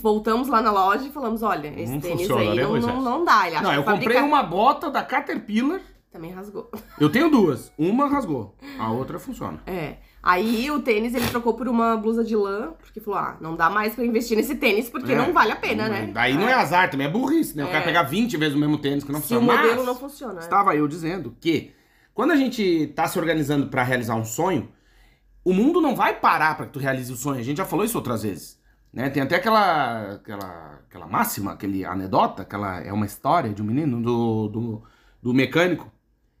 voltamos lá na loja e falamos: olha, esse
Não
tênis
funciona,
aí
né,
não,
Moisés?
não, não dá. Ele acha
não,
que
eu
o fabricante
comprei um. uma bota da Caterpillar.
Também rasgou.
Eu tenho duas. Uma rasgou, a outra funciona.
É. Aí o tênis ele trocou por uma blusa de lã, porque falou: ah, não dá mais pra investir nesse tênis, porque
É.
não vale a pena, né?
Daí não é azar também, é burrice, né? O cara pegar 20 vezes o mesmo tênis que não
Se o
funciona.
modelo
Mas
não funciona. né?
estava eu dizendo que quando a gente tá se organizando pra realizar um sonho, o mundo não vai parar pra que tu realize o sonho. A gente já falou isso outras vezes. Né? Tem até aquela, aquela, aquela máxima, aquele anedota, aquela é uma história de um menino do, do, do mecânico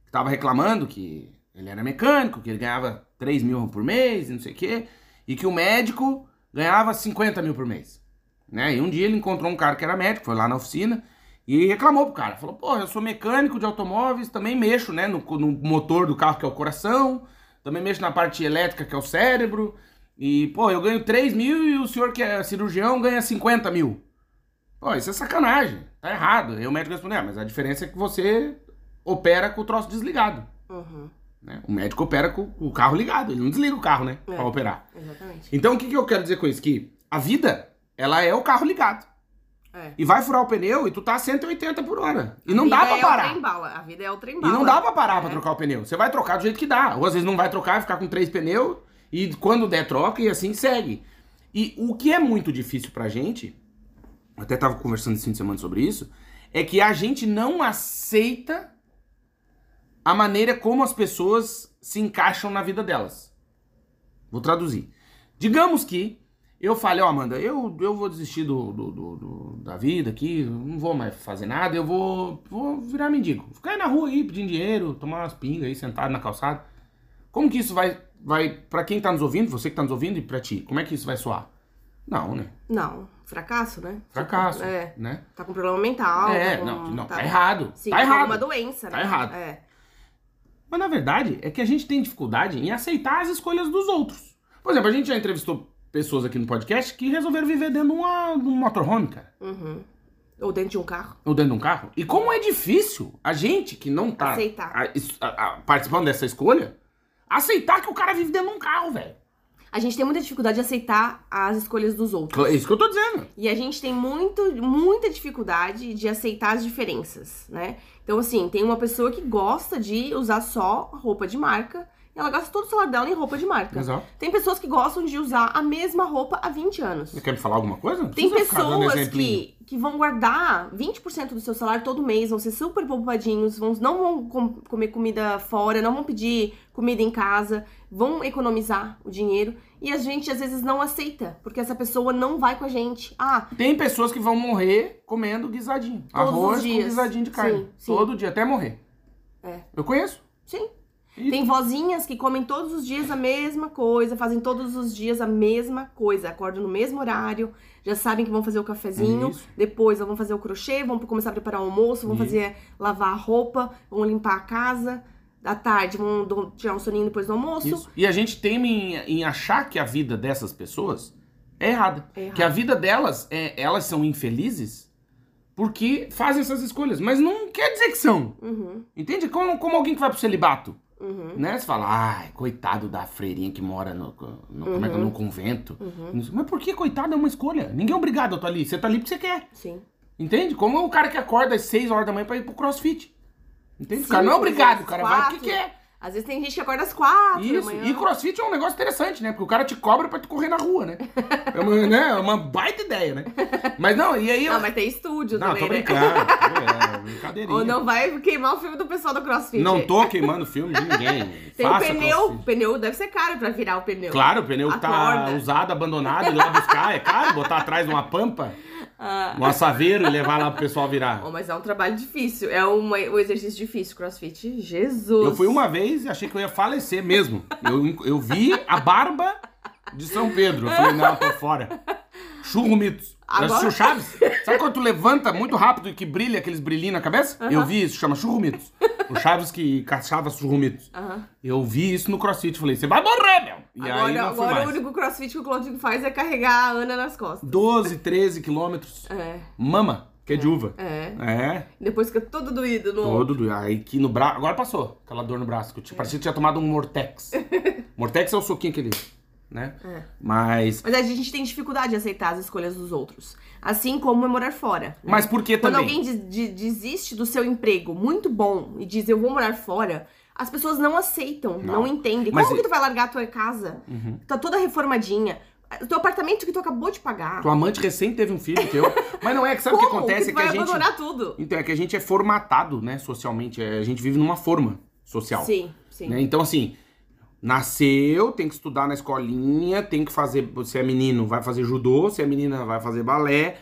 que tava reclamando que ele era mecânico, que ele ganhava 3 mil por mês e não sei o quê, e que o médico ganhava 50 mil por mês. Né? E um dia ele encontrou um cara que era médico, foi lá na oficina e reclamou pro cara. Falou, pô, eu sou mecânico de automóveis, também mexo né, no, no motor do carro, que é o coração, também mexo na parte elétrica, que é o cérebro, e, pô, eu ganho 3 mil e o senhor que é cirurgião ganha 50 mil. Pô, isso é sacanagem, tá errado. Aí o médico respondeu, "É, mas a diferença é que você opera com o troço desligado.
Uhum,
né? O médico opera com, com o carro ligado, ele não desliga o carro, né?
É.
Pra operar.
exatamente.
Então o que, que eu quero dizer com isso? Que a vida, ela é o carro ligado.
É.
E vai furar o pneu e tu tá a 180 por hora. E não
A
dá
vida
pra
é O
parar.
trem bala. A vida é o trem
E
bala.
não dá pra parar pra
É.
trocar o pneu. Você vai trocar do jeito que dá. Ou às vezes não vai trocar, vai ficar com três pneus. E quando der, troca e assim segue. E o que é muito difícil pra gente, eu até tava conversando esse fim de semana sobre isso, é que a gente não aceita a maneira como as pessoas se encaixam na vida delas. Vou traduzir. Digamos que eu falei, ó, Amanda, eu, eu vou desistir do, do- do- do- da vida aqui, eu não vou mais fazer nada, eu vou, vou virar mendigo. Ficar aí na rua aí pedindo dinheiro, tomar umas pingas aí, sentado na calçada. Como que isso vai. vai para quem tá nos ouvindo, você que tá nos ouvindo, e pra ti, como é que isso vai soar? Não, né?
Não, fracasso, né?
Fracasso.
É.
Né?
Tá com problema mental.
é,
tá com-
não, não, tá, errado.
Sim,
tá
com
errado.
uma doença, né?
Tá errado.
É.
Mas na verdade é que a gente tem dificuldade em aceitar as escolhas dos outros. Por exemplo, a gente já entrevistou pessoas aqui no podcast que resolveram viver dentro de, uma, de um motorhome, cara.
Uhum. Ou dentro de um carro.
Ou dentro de um carro. E como é difícil a gente que não tá
Aceitar.
a- es- a- a- participando dessa escolha, aceitar que o cara vive dentro de um carro, velho.
A gente tem muita dificuldade de aceitar as escolhas dos outros.
É isso que eu tô dizendo.
E a gente tem muito, muita dificuldade de aceitar as diferenças, né? Então, assim, tem uma pessoa que gosta de usar só roupa de marca. E ela gasta todo o salário dela em roupa de marca.
Exato.
Tem pessoas que gostam de usar a mesma roupa há 20 anos.
Você quer me falar alguma coisa? Não
Tem
precisa ficar dando
pessoas
exemplinho.
que, que vão guardar 20% do seu salário todo mês, vão ser super poupadinhos, vão, não vão com- comer comida fora, não vão pedir comida em casa, vão economizar o dinheiro. E a gente às vezes não aceita, porque essa pessoa não vai com a gente. Ah,
Tem pessoas que vão morrer comendo guisadinho.
Todos
Arroz
os dias.
com guisadinho de carne.
Sim, sim.
Todo dia, até morrer.
É.
Eu conheço.
sim.
E-
Tem vozinhas que comem todos os dias a mesma coisa, fazem todos os dias a mesma coisa, acordam no mesmo horário, já sabem que vão fazer o cafezinho,
Isso.
depois vão fazer o crochê, vão começar a preparar o almoço, vão
Isso.
fazer lavar a roupa, vão limpar a casa, da tarde vão do- tirar um soninho depois do almoço.
Isso. E a gente teme em, em achar que a vida dessas pessoas é errada.
É errado.
Que a vida delas, é, elas são infelizes porque fazem essas escolhas. Mas não quer dizer que são.
Uhum.
Entende? Como, como alguém que vai pro celibato.
Uhum.
Né? Você fala, ai, coitado da freirinha que mora no, no- como
Uhum.
é que é? no convento. Mas por que coitado é uma escolha? Ninguém é obrigado a estar ali. Você tá ali porque você quer.
Sim.
Entende? Como o cara que acorda às 6 horas da manhã pra ir pro crossfit. Entende? o cara não é
Cinco,
obrigado,
às
o cara vai
quatro.
porque quer.
Às vezes tem gente que acorda às quatro da
Isso.
manhã.
E crossfit é um negócio interessante, né? Porque o cara te cobra pra tu correr na rua, né? É uma, né? É uma baita ideia, né? Mas não, e aí. eu-
Não, mas tem estúdio
não,
também,
tô
né?
brincando. É, brincadeirinha.
Ou não vai queimar o filme do pessoal do CrossFit.
Não tô queimando filme de ninguém.
Tem o
Faça
pneu.
crossfit.
O pneu deve ser caro pra virar o pneu.
Claro, o pneu tá
Acorda.
usado, abandonado, ir lá buscar é caro, botar atrás de uma pampa,
Ah,
um assaveiro e levar lá pro pessoal virar.
ó, mas é um trabalho difícil. É uma- um exercício difícil, CrossFit. Jesus.
Eu fui uma vez e achei que eu ia falecer mesmo. Eu, eu vi a barba de São Pedro. Eu falei, não, tô fora. Churrumitos.
Agora-
Agora... Assistiu Chaves? Sabe quando tu levanta muito rápido e que brilha aqueles brilhinhos na cabeça? Eu vi isso, chama churrumitos. O Chaves que caçava churrumitos.
Aham.
Eu vi isso no crossfit. Falei, você vai morrer, meu! E aí
Agora,
não fui
agora
mais.
o único CrossFit que o Claudinho faz é carregar a Ana nas costas.
12, 13 quilômetros.
É,
Mama, que é de uva.
é.
É,
Depois fica todo doído no
todo doido. Aí que no braço. Agora passou aquela dor no braço.
É.
Que eu tinha- parecia que tinha tomado um Mortex. Mortex é o soquinho aquele, né?
É.
Mas.
Mas a gente tem dificuldade de aceitar as escolhas dos outros. Assim como é morar fora. né?
Mas por que
Quando
também?
alguém des- de- desiste do seu emprego muito bom e diz eu vou morar fora, as pessoas não aceitam, não,
Não.
entendem.
Mas
Como
e- Uhum.
que tu vai largar a tua casa? Tá toda reformadinha. O teu apartamento que tu acabou de pagar.
Tua amante recém teve um filho que eu. Mas não é que sabe o que
Como
acontece?
que
é
tu
que
vai
a gente.
abandonar tudo?
Então, é que a gente é formatado, né, socialmente. É, a gente vive numa forma social.
Sim, sim.
né? Então, assim, nasceu, tem que estudar na escolinha, tem que fazer. Se é menino, vai fazer judô, se é menina, vai fazer balé.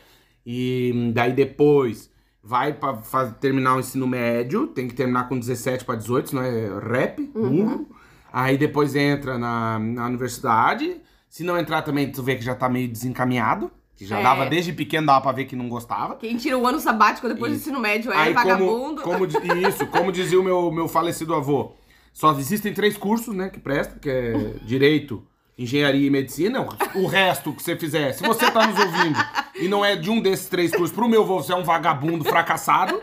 E daí depois vai pra fa- terminar o ensino médio, tem que terminar com 17 para 18, senão é rap,
Uhum.
burro. Aí depois entra na, na universidade. Se não entrar também, tu vê que já tá meio desencaminhado. Que já
É.
dava desde pequeno, dava pra ver que não gostava.
Quem tira o ano sabático depois
Isso.
do ensino médio é
Aí, como,
vagabundo.
como di- isso, como dizia o meu, meu falecido avô, só existem três cursos, né, que presta, que é direito, engenharia e medicina. O, o resto que você fizer, se você tá nos ouvindo e não é de um desses três cursos, pro meu avô você é um vagabundo fracassado,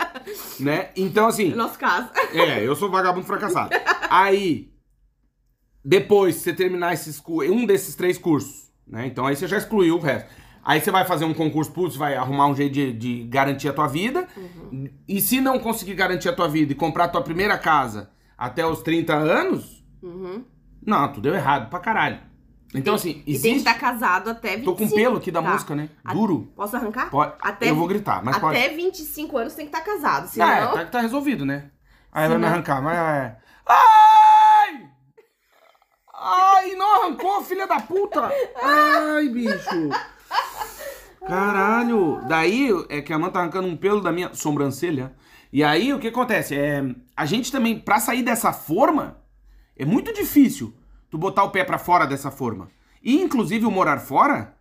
né? Então assim,
No nosso caso.
é, eu sou vagabundo fracassado. Aí, depois, você terminar esses, cu- um desses três cursos, né? Então aí você já excluiu o resto. Aí você vai fazer um concurso público, você vai arrumar um jeito de, de garantir a tua vida.
Uhum.
E se não conseguir garantir a tua vida e comprar a tua primeira casa até os 30 anos,
Uhum.
não, tu deu errado pra caralho. Então, assim,
E tem que
existe.
estar casado até 25.
Tô com pelo aqui da
tá?
música, né?
A-
Duro.
Posso arrancar?
Pode...
Até-
Eu vou gritar, mas pode.
até 25 anos tem que estar casado. Senão...
Ah, é, tá, tá resolvido, né? Aí vai me
Senão-
arrancar, mas. é. Ai! Ai, não arrancou, filha da puta! Ai, bicho! Caralho! Daí é que a mãe tá arrancando um pelo da minha sobrancelha. E aí o que acontece? É, a gente também, pra sair dessa forma, é muito difícil tu botar o pé pra fora dessa forma. E inclusive o morar fora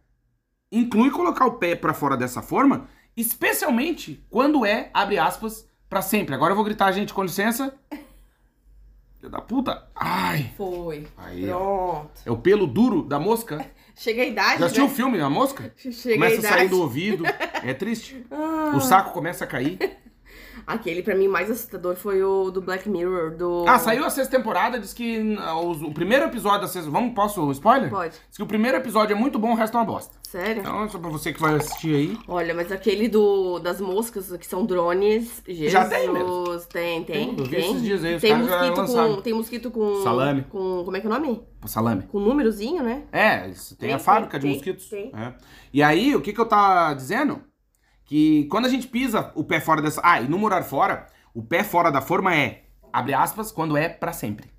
inclui colocar o pé pra fora dessa forma, especialmente quando é, abre aspas, pra sempre. Agora eu vou gritar, gente, com licença. Filho da puta. Ai.
Foi.
Aí, ó.
Pronto.
É o pelo duro da mosca.
Chega a idade,
Já assistiu o
né?
filme da mosca?
Chega a
começa a
idade. Ah.
sair do ouvido. É triste. O saco começa a cair.
Aquele pra mim mais assustador foi o do Black Mirror, do...
Ah, saiu a sexta temporada, diz que ah, os- o primeiro episódio da sexta. Vamos, posso spoiler?
Pode.
Diz que o primeiro episódio é muito bom, o resto é uma bosta.
Sério?
Então, só pra você que vai assistir aí.
Olha, mas aquele do das moscas, que são drones, Jesus,
Já tem mesmo.
Tem, tem,
Tem, eu vi
tem.
esses dias aí, os
tem
caras já
mosquito
lançaram.
com, tem mosquito com...
Salame.
Com, como é que é o nome?
Salame.
Com númerozinho, né?
É, isso tem,
Tem,
a fábrica
tem,
de
tem,
mosquitos.
tem.
É. E aí, o que, que eu tava dizendo? Que quando a gente pisa o pé fora dessa. Ah, e no morar fora, o pé fora da forma é, abre aspas, quando é pra sempre.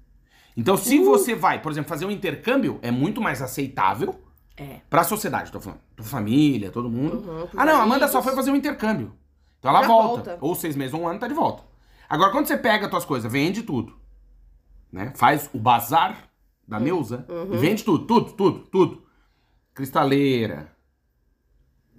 Então, se
Uh.
você vai, por exemplo, fazer um intercâmbio, é muito mais aceitável
É.
pra sociedade, tô falando. Tua família, todo mundo.
Uhum, pros
ah, não, a Amanda
amigos.
só foi fazer um intercâmbio. Então ela
Já
volta.
volta.
Ou seis meses, ou um ano, tá de volta. Agora, quando você pega as tuas coisas, vende tudo. Né? Faz o bazar
Hum,
da Neuza.
uhum.
e Vende tudo, tudo, tudo, tudo. Cristaleira.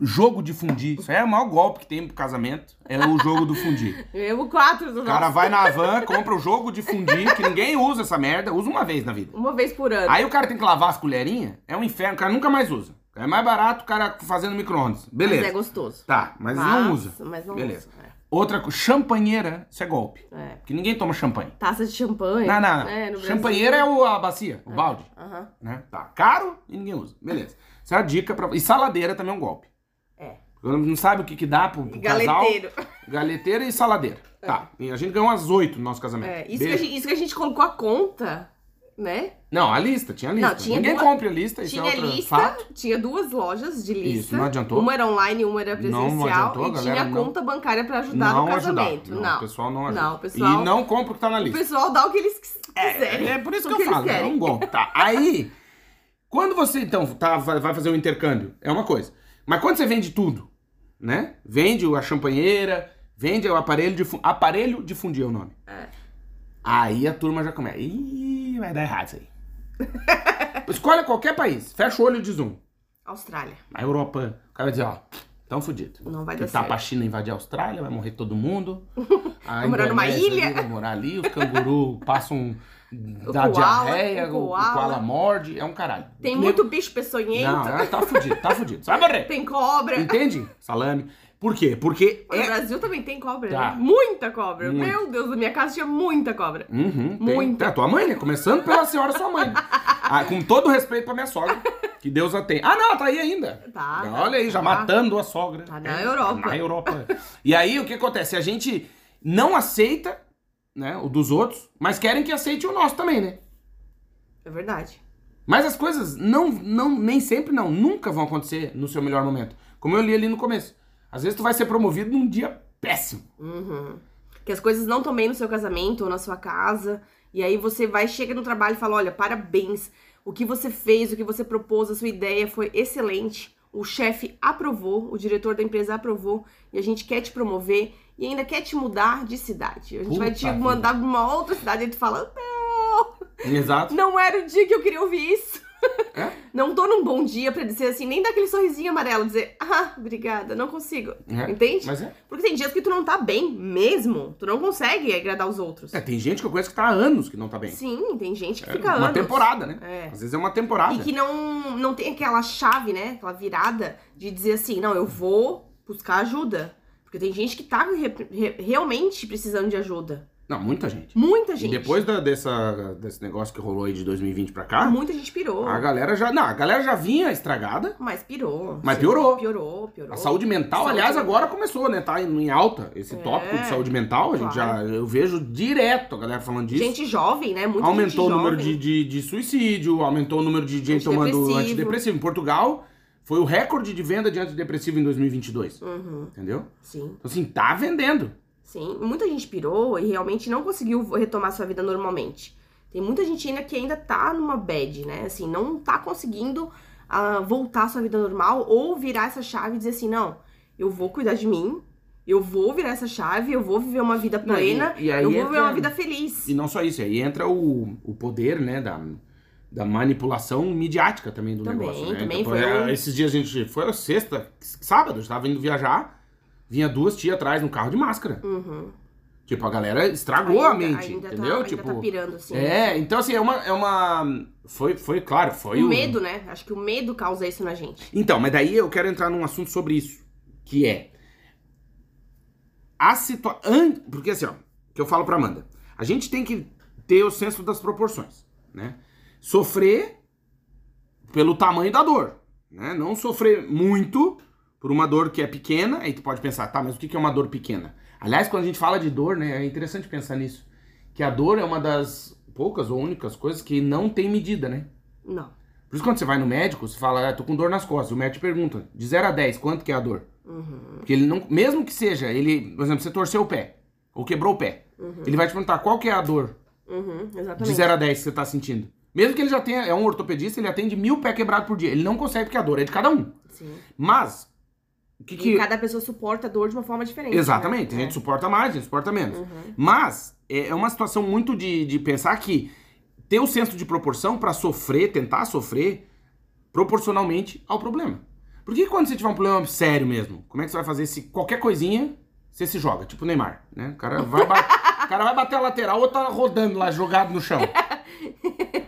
Jogo de fundir. Isso aí é o maior golpe que tem pro casamento. É o jogo do fundir.
Eu o quatro do
O cara
nosso.
vai na van, compra o jogo de fundir, que ninguém usa essa merda. Usa uma vez na vida.
Uma vez por ano.
Aí o cara tem que lavar as colherinhas, é um inferno, o cara nunca mais usa. É mais barato o cara fazendo micro-ondas.
Mas
Beleza.
é gostoso.
Tá, mas
Mas-
não usa.
Mas não
Beleza.
usa. é.
Outra coisa, champanheira, isso é golpe.
É.
Porque ninguém toma champanhe.
Taça de champanhe.
Não, não.
É, no Brasil.
champanheira é o, a bacia, o balde.
Aham.
Né? Tá caro e ninguém usa. Beleza. Isso é uma dica pra. E saladeira também é um golpe.
É.
Quando Não sabe o que, que dá pro, pro Um casal.
Galeteiro.
Galeteira e saladeira. Tá. E a gente ganhou umas oito no nosso casamento.
É, isso, que a
Beijo.
gente, isso que a gente colocou a conta, né?
Não, a lista, tinha a lista.
Não, tinha
Ninguém
duas-
compra a lista, isso
tinha
é outro
lista,
fato.
tinha duas lojas de lista.
Isso, não adiantou.
Uma era online, uma era presencial.
Não adiantou,
e
galera,
tinha a
não-
conta bancária pra ajudar
Não
no
ajudar.
casamento.
Não, o pessoal não ajuda.
Não, o pessoal-
E não compra o que tá na
O
lista.
pessoal dá o que eles quis- quiserem.
É por isso
O
que eu
eles
falo, é
querem.
um golpe. Tá. Aí, quando você, então, tá, vai vai fazer um intercâmbio, é uma coisa. Mas quando você vende tudo, né? Vende a champanheira, vende o aparelho de fu- Aparelho de fundir é o nome. Aí a turma já começa. Ih, vai dar errado isso aí. Escolha qualquer país, fecha o olho de zoom.
Austrália.
Na Europa, o cara vai dizer, ó, tão fudido.
Não vai
Tentar
dar Tá certo.
tá pra China invadir a Austrália, vai morrer todo mundo. Vai
morar numa ilha.
Vai morar ali, os canguru passam um, dá
koala,
diarreia,
o
o, o
koala.
koala morde, é um caralho.
Tem
Nego-
muito bicho peçonhento.
Não, é, tá fudido, tá fudido. Sai morrer.
Tem cobra.
Entende? Salame. Por quê? Porque
No
é...
Brasil também tem cobra,
Tá.
né? Muita cobra.
Muito.
Meu Deus, na minha casa tinha muita cobra.
Uhum, tem.
Muito.
É a tua mãe, né? Começando pela senhora sua mãe. Ah, com todo o respeito pra minha sogra, que Deus a tem. Ah, não, ela tá aí ainda.
Tá,
Não,
tá,
Olha aí, já
tá.
matando a sogra.
Tá na Europa.
Tá na Europa. E aí, o que acontece? A gente não aceita, né, o dos outros, mas querem que aceite o nosso também, né?
É verdade.
Mas as coisas não, não, nem sempre não, nunca vão acontecer no seu melhor momento. Como eu li ali no começo. Às vezes tu vai ser promovido num dia péssimo.
Uhum. Que as coisas não tomem no seu casamento ou na sua casa. E aí você vai, chega no trabalho e fala: olha, parabéns. O que você fez, o que você propôs, a sua ideia foi excelente. O chefe aprovou, o diretor da empresa aprovou. E a gente quer te promover e ainda quer te mudar de cidade. A gente vai
Puta
te
vida.
mandar pra uma outra cidade. E tu fala: não,
Exato.
não era o dia que eu queria ouvir isso.
É?
Não tô num bom dia pra dizer assim, nem dar aquele sorrisinho amarelo, dizer, ah, obrigada, não consigo.
É,
Entende?
Mas é.
Porque tem dias que tu não tá bem mesmo. Tu não consegue agradar os outros.
É, tem gente que eu conheço que tá há anos que não tá bem.
Sim, tem gente que
É
fica
uma
anos.
temporada, né?
É.
Às vezes é uma temporada.
E que não, não tem aquela chave, né? Aquela virada de dizer assim, não, eu vou buscar ajuda. Porque tem gente que tá re- re- realmente precisando de ajuda.
Não, muita gente.
Muita gente.
E depois da- dessa, desse negócio que rolou aí de 2020 pra cá,
Ah, Muita gente pirou.
a galera já. Não, a galera já vinha estragada.
Mas pirou.
Mas
Sim,
piorou.
Piorou, piorou.
A saúde mental,
Saúde
aliás,
mental.
agora começou, né? Tá em em alta esse
É,
tópico de saúde mental. A gente
claro.
já. Eu vejo direto a galera falando disso.
Gente jovem, né? Muita gente
aumentou o número de,
jovem.
de, de suicídio, aumentou o número de gente tomando
Antidepressivo.
antidepressivo. Em Portugal, foi o recorde de venda de antidepressivo em 2022.
Uhum,
Entendeu?
sim.
Então, assim, tá vendendo.
Sim, muita gente pirou e realmente não conseguiu retomar sua vida normalmente. Tem muita gente ainda que ainda tá numa bad, né? Assim, não tá conseguindo ah, voltar à sua vida normal ou virar essa chave e dizer assim, não, eu vou cuidar de mim, eu vou virar essa chave, eu vou viver uma vida
Não, e-
plena,
e aí
eu vou
entra-
viver uma vida feliz.
E não só isso, aí entra o, o poder, né, da, da manipulação midiática também do
Também,
negócio. Né?
também
Então,
foi
é,
um-
Esses dias a gente foi sexta, sábado, a gente tava indo viajar, vinha duas tias atrás no carro de máscara.
Uhum.
Tipo, a galera estragou a
Ainda-
mente,
ainda tá-
entendeu?
ainda
tipo,
tá pirando, assim.
é, então assim, é uma, é uma foi, foi claro, foi
o
um-
medo, né? Acho que o medo causa isso na gente.
Então, mas daí eu quero entrar num assunto sobre isso, que é a situação, porque assim, ó, que eu falo pra Amanda, a gente tem que ter o senso das proporções, né? Sofrer pelo tamanho da dor, né? Não sofrer muito por uma dor que é pequena, aí tu pode pensar, tá, mas o que que é uma dor pequena? Aliás, quando a gente fala de dor, né, é interessante pensar nisso, que a dor é uma das poucas ou únicas coisas que não tem medida, né?
Não.
Por isso, quando você vai no médico, você fala, ah, tô com dor nas costas. O médico pergunta, de 0 a 10, quanto que é a dor?
Uhum.
Porque ele não. Mesmo que seja, ele. Por exemplo, você torceu o pé, ou quebrou o pé. Ele vai te perguntar qual que é a dor
Uhum,
de
exatamente.
0 a 10 que você tá sentindo. Mesmo que ele já tenha. É um ortopedista, ele atende mil pé quebrado por dia. Ele não consegue, porque a dor é de cada um.
Sim.
Mas. O que que.
E cada pessoa suporta a dor de uma forma diferente.
Exatamente.
né? Uhum.
A gente suporta mais, a gente suporta menos. Mas é é uma situação muito de, de pensar que ter o senso de proporção pra sofrer, tentar sofrer proporcionalmente ao problema. Porque quando você tiver um problema sério mesmo, como é que você vai fazer se qualquer coisinha você se joga? Tipo o Neymar, né? O cara vai, ba- o cara vai bater a lateral ou tá rodando lá, jogado no chão.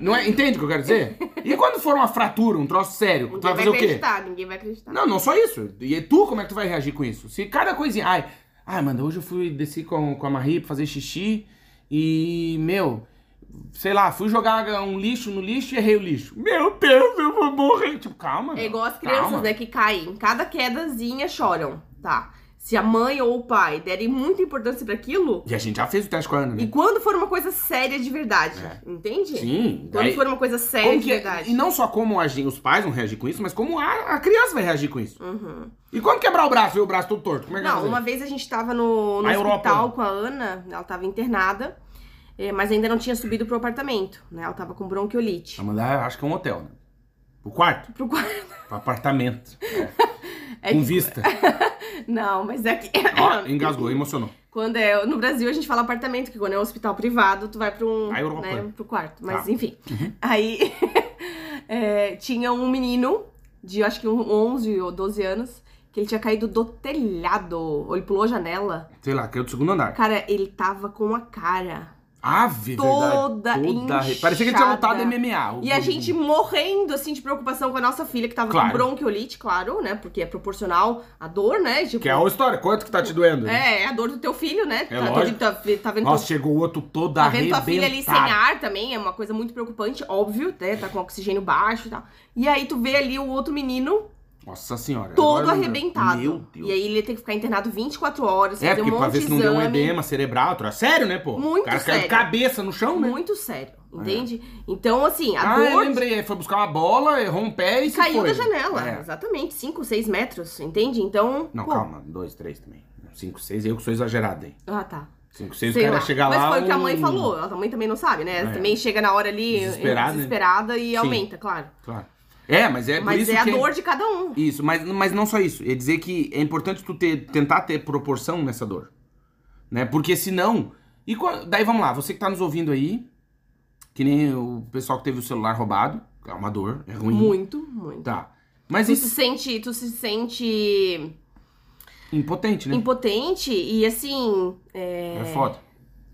Não é? Entende o que eu quero dizer? E quando for uma fratura, um troço sério, tu
Ninguém
vai
vai
fazer o quê?
acreditar, ninguém vai acreditar.
Não, não só isso. E tu, como é que tu vai reagir com isso? Se cada coisinha. Ai, Ah, mano, hoje eu fui desci com, com a Marie pra fazer xixi e, meu, sei lá, fui jogar um lixo no lixo e errei o lixo. Meu Deus, eu vou morrer. Tipo, calma.
É
meu,
igual as crianças,
calma.
né, que caem. Cada quedazinha choram, tá? Se a mãe ou o pai derem muita importância pra aquilo,
E a gente já fez o teste com a Ana,
e
né?
quando for uma coisa séria de verdade, entende?
É. Sim.
Quando
daí-
for uma coisa séria
como
de
que- é?
verdade.
e não só como a gente- os pais vão reagir com isso, mas como a, a criança vai reagir com isso.
Uhum.
E quando quebrar o braço, ver o braço todo torto? Como é que vai
Não,
fazer?
uma vez a gente tava no, no
Na Europa. né?
hospital com a Ana, ela tava internada, eh, mas ainda não tinha subido pro apartamento, né? Ela tava com bronquiolite.
Amanda, acho que é um hotel, né? O quarto,
Pro quarto.
o apartamento.
É
com
que-
vista.
Não, mas é que.
Ó, engasgou, emocionou.
Quando é. No Brasil a gente fala apartamento, que quando é um hospital privado, tu vai pra um.
A Europa.
Né, pro quarto. Mas
Tá.
enfim. Aí é, tinha um menino de acho que um 11 ou 12 anos, que ele tinha caído do telhado. Ou ele pulou a janela.
Sei lá, que é do segundo andar.
Cara, ele tava com a cara.
Ave,
Toda
verdade.
inchada.
Parecia que ele tinha lutado MMA.
E a gente morrendo, assim, de preocupação com a nossa filha, que tava
Claro.
com bronquiolite, claro, né? Porque é proporcional à dor, né? Tipo,
Que é a história, quanto que tá te doendo?
é, é a dor do teu filho, né? tá,
lógico.
tá, tá vendo
Nossa, chegou o outro todo
Tá vendo tua
arrebentado.
filha ali sem ar também, é uma coisa muito preocupante, óbvio, né? Tá com oxigênio baixo e tal. E aí tu vê ali o outro menino
Nossa senhora.
todo
agora-
arrebentado.
É Meu Deus.
E aí ele tem que ficar internado 24 horas,
é,
fazer um
porque pra
monte
ver
de
se não deu um
exame.
edema cerebral. outra- Sério, né, pô?
Muito
o cara
sério.
caiu cabeça no chão, né?
Muito sério, entende? Então, assim, a
ah, eu
dor
lembrei. Ele Foi buscar uma bola, errou um pé e se
caiu
foi.
da janela.
É.
Exatamente, 5, 6 metros, entende? Então.
Não,
pô,
calma. Dois, três também. Cinco, seis. Eu que sou exagerado, hein?
Ah, tá.
Cinco, seis,
Sei
o cara
lá.
chega
Mas
lá...
foi o que a mãe
um-
falou. A mãe também não sabe, né?
É.
Também chega na hora ali eh,
Desesperada, né?
desesperada e
Sim.
aumenta, claro.
Claro. É, mas é por
Mas
isso
é a
que
dor de cada um.
Isso, mas, mas não só isso. É dizer que é importante tu ter, tentar ter proporção nessa dor. Né? Porque senão. E qua- daí vamos lá, você que tá nos ouvindo aí, que nem o pessoal que teve o celular roubado, é uma dor, é ruim.
Muito, muito.
Tá. Mas
Tu se
isso
sente, tu se sente
impotente, né?
impotente e assim,
É,
é,
foda.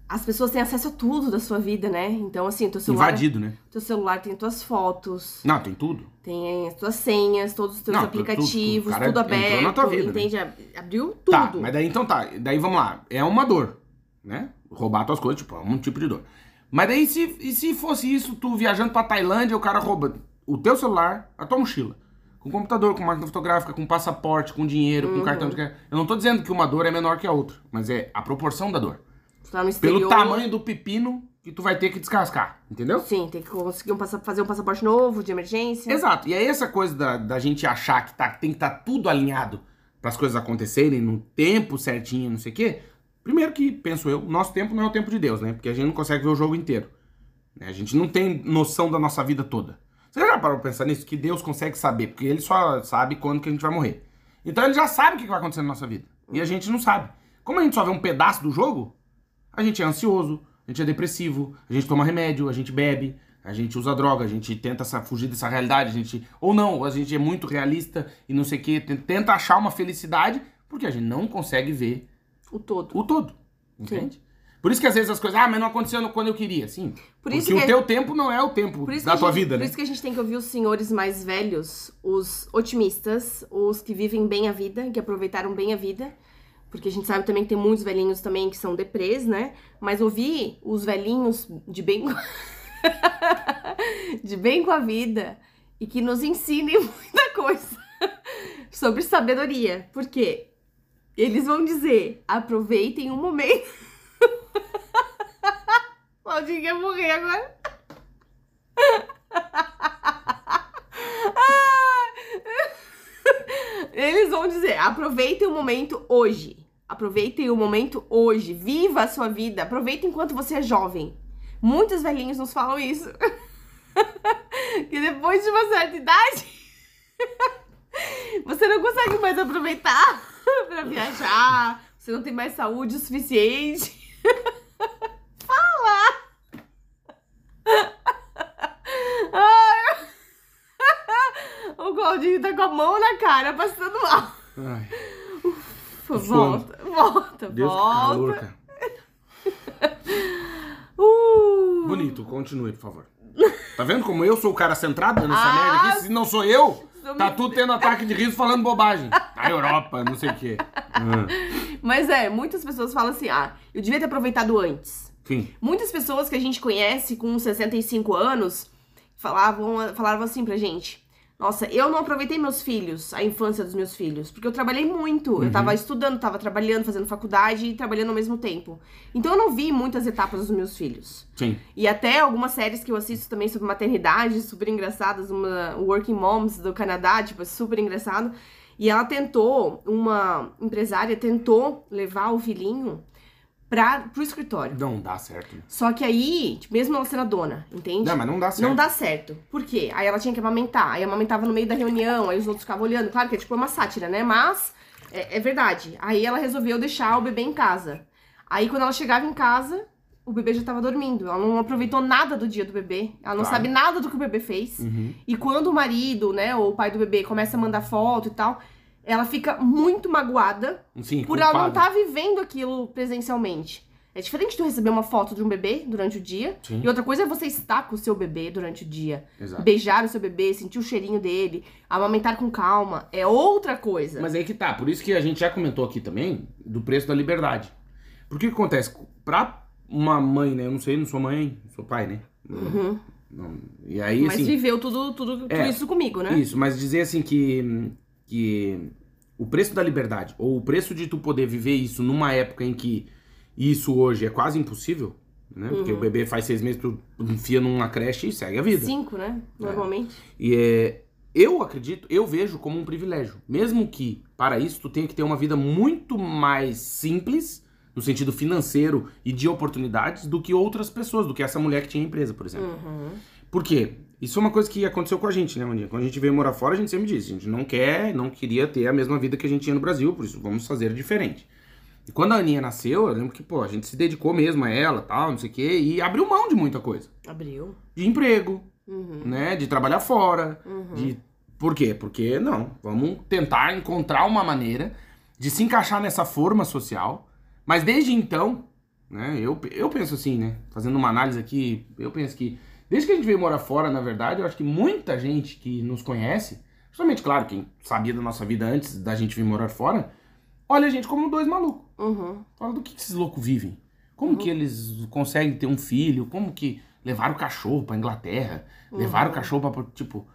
as pessoas têm acesso a tudo da sua vida, né? Então assim, teu celular,
Invadido, né?
teu celular tem tuas fotos,
Não, tem tudo.
tem as tuas senhas, todos os teus
Não, tu- tu- tu-
aplicativos,
o cara
tudo
entrou na
aberto,
tua vida, né?
entende? Ab- Abriu tudo.
Tá, mas daí então tá. Daí vamos lá. É uma dor, né? Roubar tuas coisas, tipo, é um tipo de dor. Mas daí se, e se fosse isso, tu viajando pra Tailândia, o cara rouba o teu celular, a tua mochila. Com computador, com máquina fotográfica, com passaporte, com dinheiro, com cartão de crédito. Eu não tô dizendo que uma dor é menor que a outra, mas é a proporção da dor.
Tu tá no
Pelo
exterior.
tamanho do pepino que tu vai ter que descascar, entendeu?
Sim, tem que conseguir um passa- fazer um passaporte novo de emergência.
Exato. E aí essa coisa da, da gente achar que tá, que tem que estar tudo alinhado para as coisas acontecerem no tempo certinho, não sei o quê. Primeiro que, penso eu, nosso tempo não é o tempo de Deus, né? Porque a gente não consegue ver o jogo inteiro. né? A gente não tem noção da nossa vida toda. Você já parou pra pensar nisso? Que Deus consegue saber, porque ele só sabe quando que a gente vai morrer. Então ele já sabe o que vai acontecer na nossa vida. E a gente não sabe. Como a gente só vê um pedaço do jogo, a gente é ansioso, a gente é depressivo, a gente toma remédio, a gente bebe, a gente usa droga, a gente tenta essa- fugir dessa realidade, a gente. Ou não, a gente é muito realista e não sei o quê, ten- tenta achar uma felicidade, porque a gente não consegue ver
O todo.
o todo. Entende? Por isso que às vezes as coisas, ah, mas não aconteceu no- quando eu queria, sim.
Por
porque
isso
o
que-
teu tempo não é o tempo
Por isso
da
que a
tua
gente-
vida,
Por
né?
isso que a gente tem que ouvir os senhores mais velhos, os otimistas, os que vivem bem a vida, que aproveitaram bem a vida. Porque a gente sabe também que tem muitos velhinhos também que são deprês, né? Mas ouvir os velhinhos de bem com... de bem com a vida e que nos ensinem muita coisa sobre sabedoria. Porque eles vão dizer, aproveitem o momento. Claudinho quer morrer agora. Eles vão dizer: aproveitem o momento hoje. Aproveitem o momento hoje. Viva a sua vida. Aproveita enquanto você é jovem. Muitos velhinhos nos falam isso. que depois de uma certa idade, você não consegue mais aproveitar pra viajar. Você não tem mais saúde o suficiente. Fala! Ai, o Claudinho tá com a mão na cara, passando mal.
Ai,
Volta, volta,
Deus, que calor,
volta.
cara.
Uh.
Bonito, continue, por favor. Tá vendo como eu sou o cara centrado nessa
Ah,
merda aqui? Se não sou eu,
sou
tá
me-
tu tendo ataque de riso falando bobagem. A Tá, Europa, não sei o quê. Ah,
Mas é, muitas pessoas falam assim: ah, eu devia ter aproveitado antes.
Sim.
Muitas pessoas que a gente conhece com 65 anos falavam, falavam assim pra gente: Nossa, eu não aproveitei meus filhos, a infância dos meus filhos, porque eu trabalhei muito. Eu tava estudando, tava trabalhando, fazendo faculdade e trabalhando ao mesmo tempo. Então eu não vi muitas etapas dos meus filhos.
Sim.
E até algumas séries que eu assisto também sobre maternidade, super engraçadas, uma Working Moms do Canadá, tipo, é super engraçado. E ela tentou, uma empresária tentou levar o filhinho pra, pro escritório.
Não dá certo. né?
Só que aí, tipo, mesmo ela sendo a dona, entende?
Não, mas não dá certo.
Não dá certo. Por quê? Aí ela tinha que amamentar. Aí amamentava no meio da reunião, aí os outros ficavam olhando. Claro que é tipo uma sátira, né? Mas é, é verdade. Aí ela resolveu deixar o bebê em casa. Aí quando ela chegava em casa, o bebê já tava dormindo. Ela não aproveitou nada do dia do bebê. Ela não
Claro.
sabe nada do que o bebê fez.
Uhum.
E quando o marido, né, ou o pai do bebê começa a mandar foto e tal, ela fica muito magoada
Um Sim,
por ela não tá
culpado.
estar vivendo aquilo presencialmente. É diferente tu receber uma foto de um bebê durante o dia.
Sim.
E outra coisa é você estar com o seu bebê durante o dia.
Exato.
Beijar o seu bebê, sentir o cheirinho dele, amamentar com calma. É outra coisa.
Mas aí que tá, por isso que a gente já comentou aqui também do preço da liberdade. Porque o que acontece? Pra uma mãe, né? Eu não sei, não sou mãe, sou pai, né?
Uhum.
Não- e aí,
Mas
assim,
viveu tudo, tudo, tudo
É.
isso comigo, né?
Isso, mas dizer assim que, que o preço da liberdade, ou o preço de tu poder viver isso numa época em que isso hoje é quase impossível, né? Porque o bebê faz seis meses, tu enfia numa creche e segue a vida.
Cinco, né?
É.
Normalmente.
E é, eu acredito, eu vejo como um privilégio. Mesmo que, para isso, tu tenha que ter uma vida muito mais simples, no sentido financeiro e de oportunidades, do que outras pessoas, do que essa mulher que tinha empresa, por exemplo.
Uhum.
Por quê? Isso é uma coisa que aconteceu com a gente, né, Mandinha? Quando a gente veio morar fora, a gente sempre disse, a gente não quer, não queria ter a mesma vida que a gente tinha no Brasil, por isso vamos fazer diferente. E quando a Aninha nasceu, eu lembro que, pô, a gente se dedicou mesmo a ela, tal, não sei o quê, e abriu mão de muita coisa.
Abriu.
De emprego,
Uhum.
né? De trabalhar fora,
Uhum.
de... Por quê? Porque, não, vamos tentar encontrar uma maneira de se encaixar nessa forma social. Mas desde então, né, eu, eu penso assim, né? Fazendo uma análise aqui, eu penso que desde que a gente veio morar fora, na verdade, eu acho que muita gente que nos conhece, justamente, claro, quem sabia da nossa vida antes da gente vir morar fora, olha a gente como dois malucos.
Uhum.
Fala do que que esses loucos vivem. Como que eles conseguem ter um filho? Como que levaram o cachorro pra Inglaterra?
Uhum.
Levaram o cachorro pra. Tipo.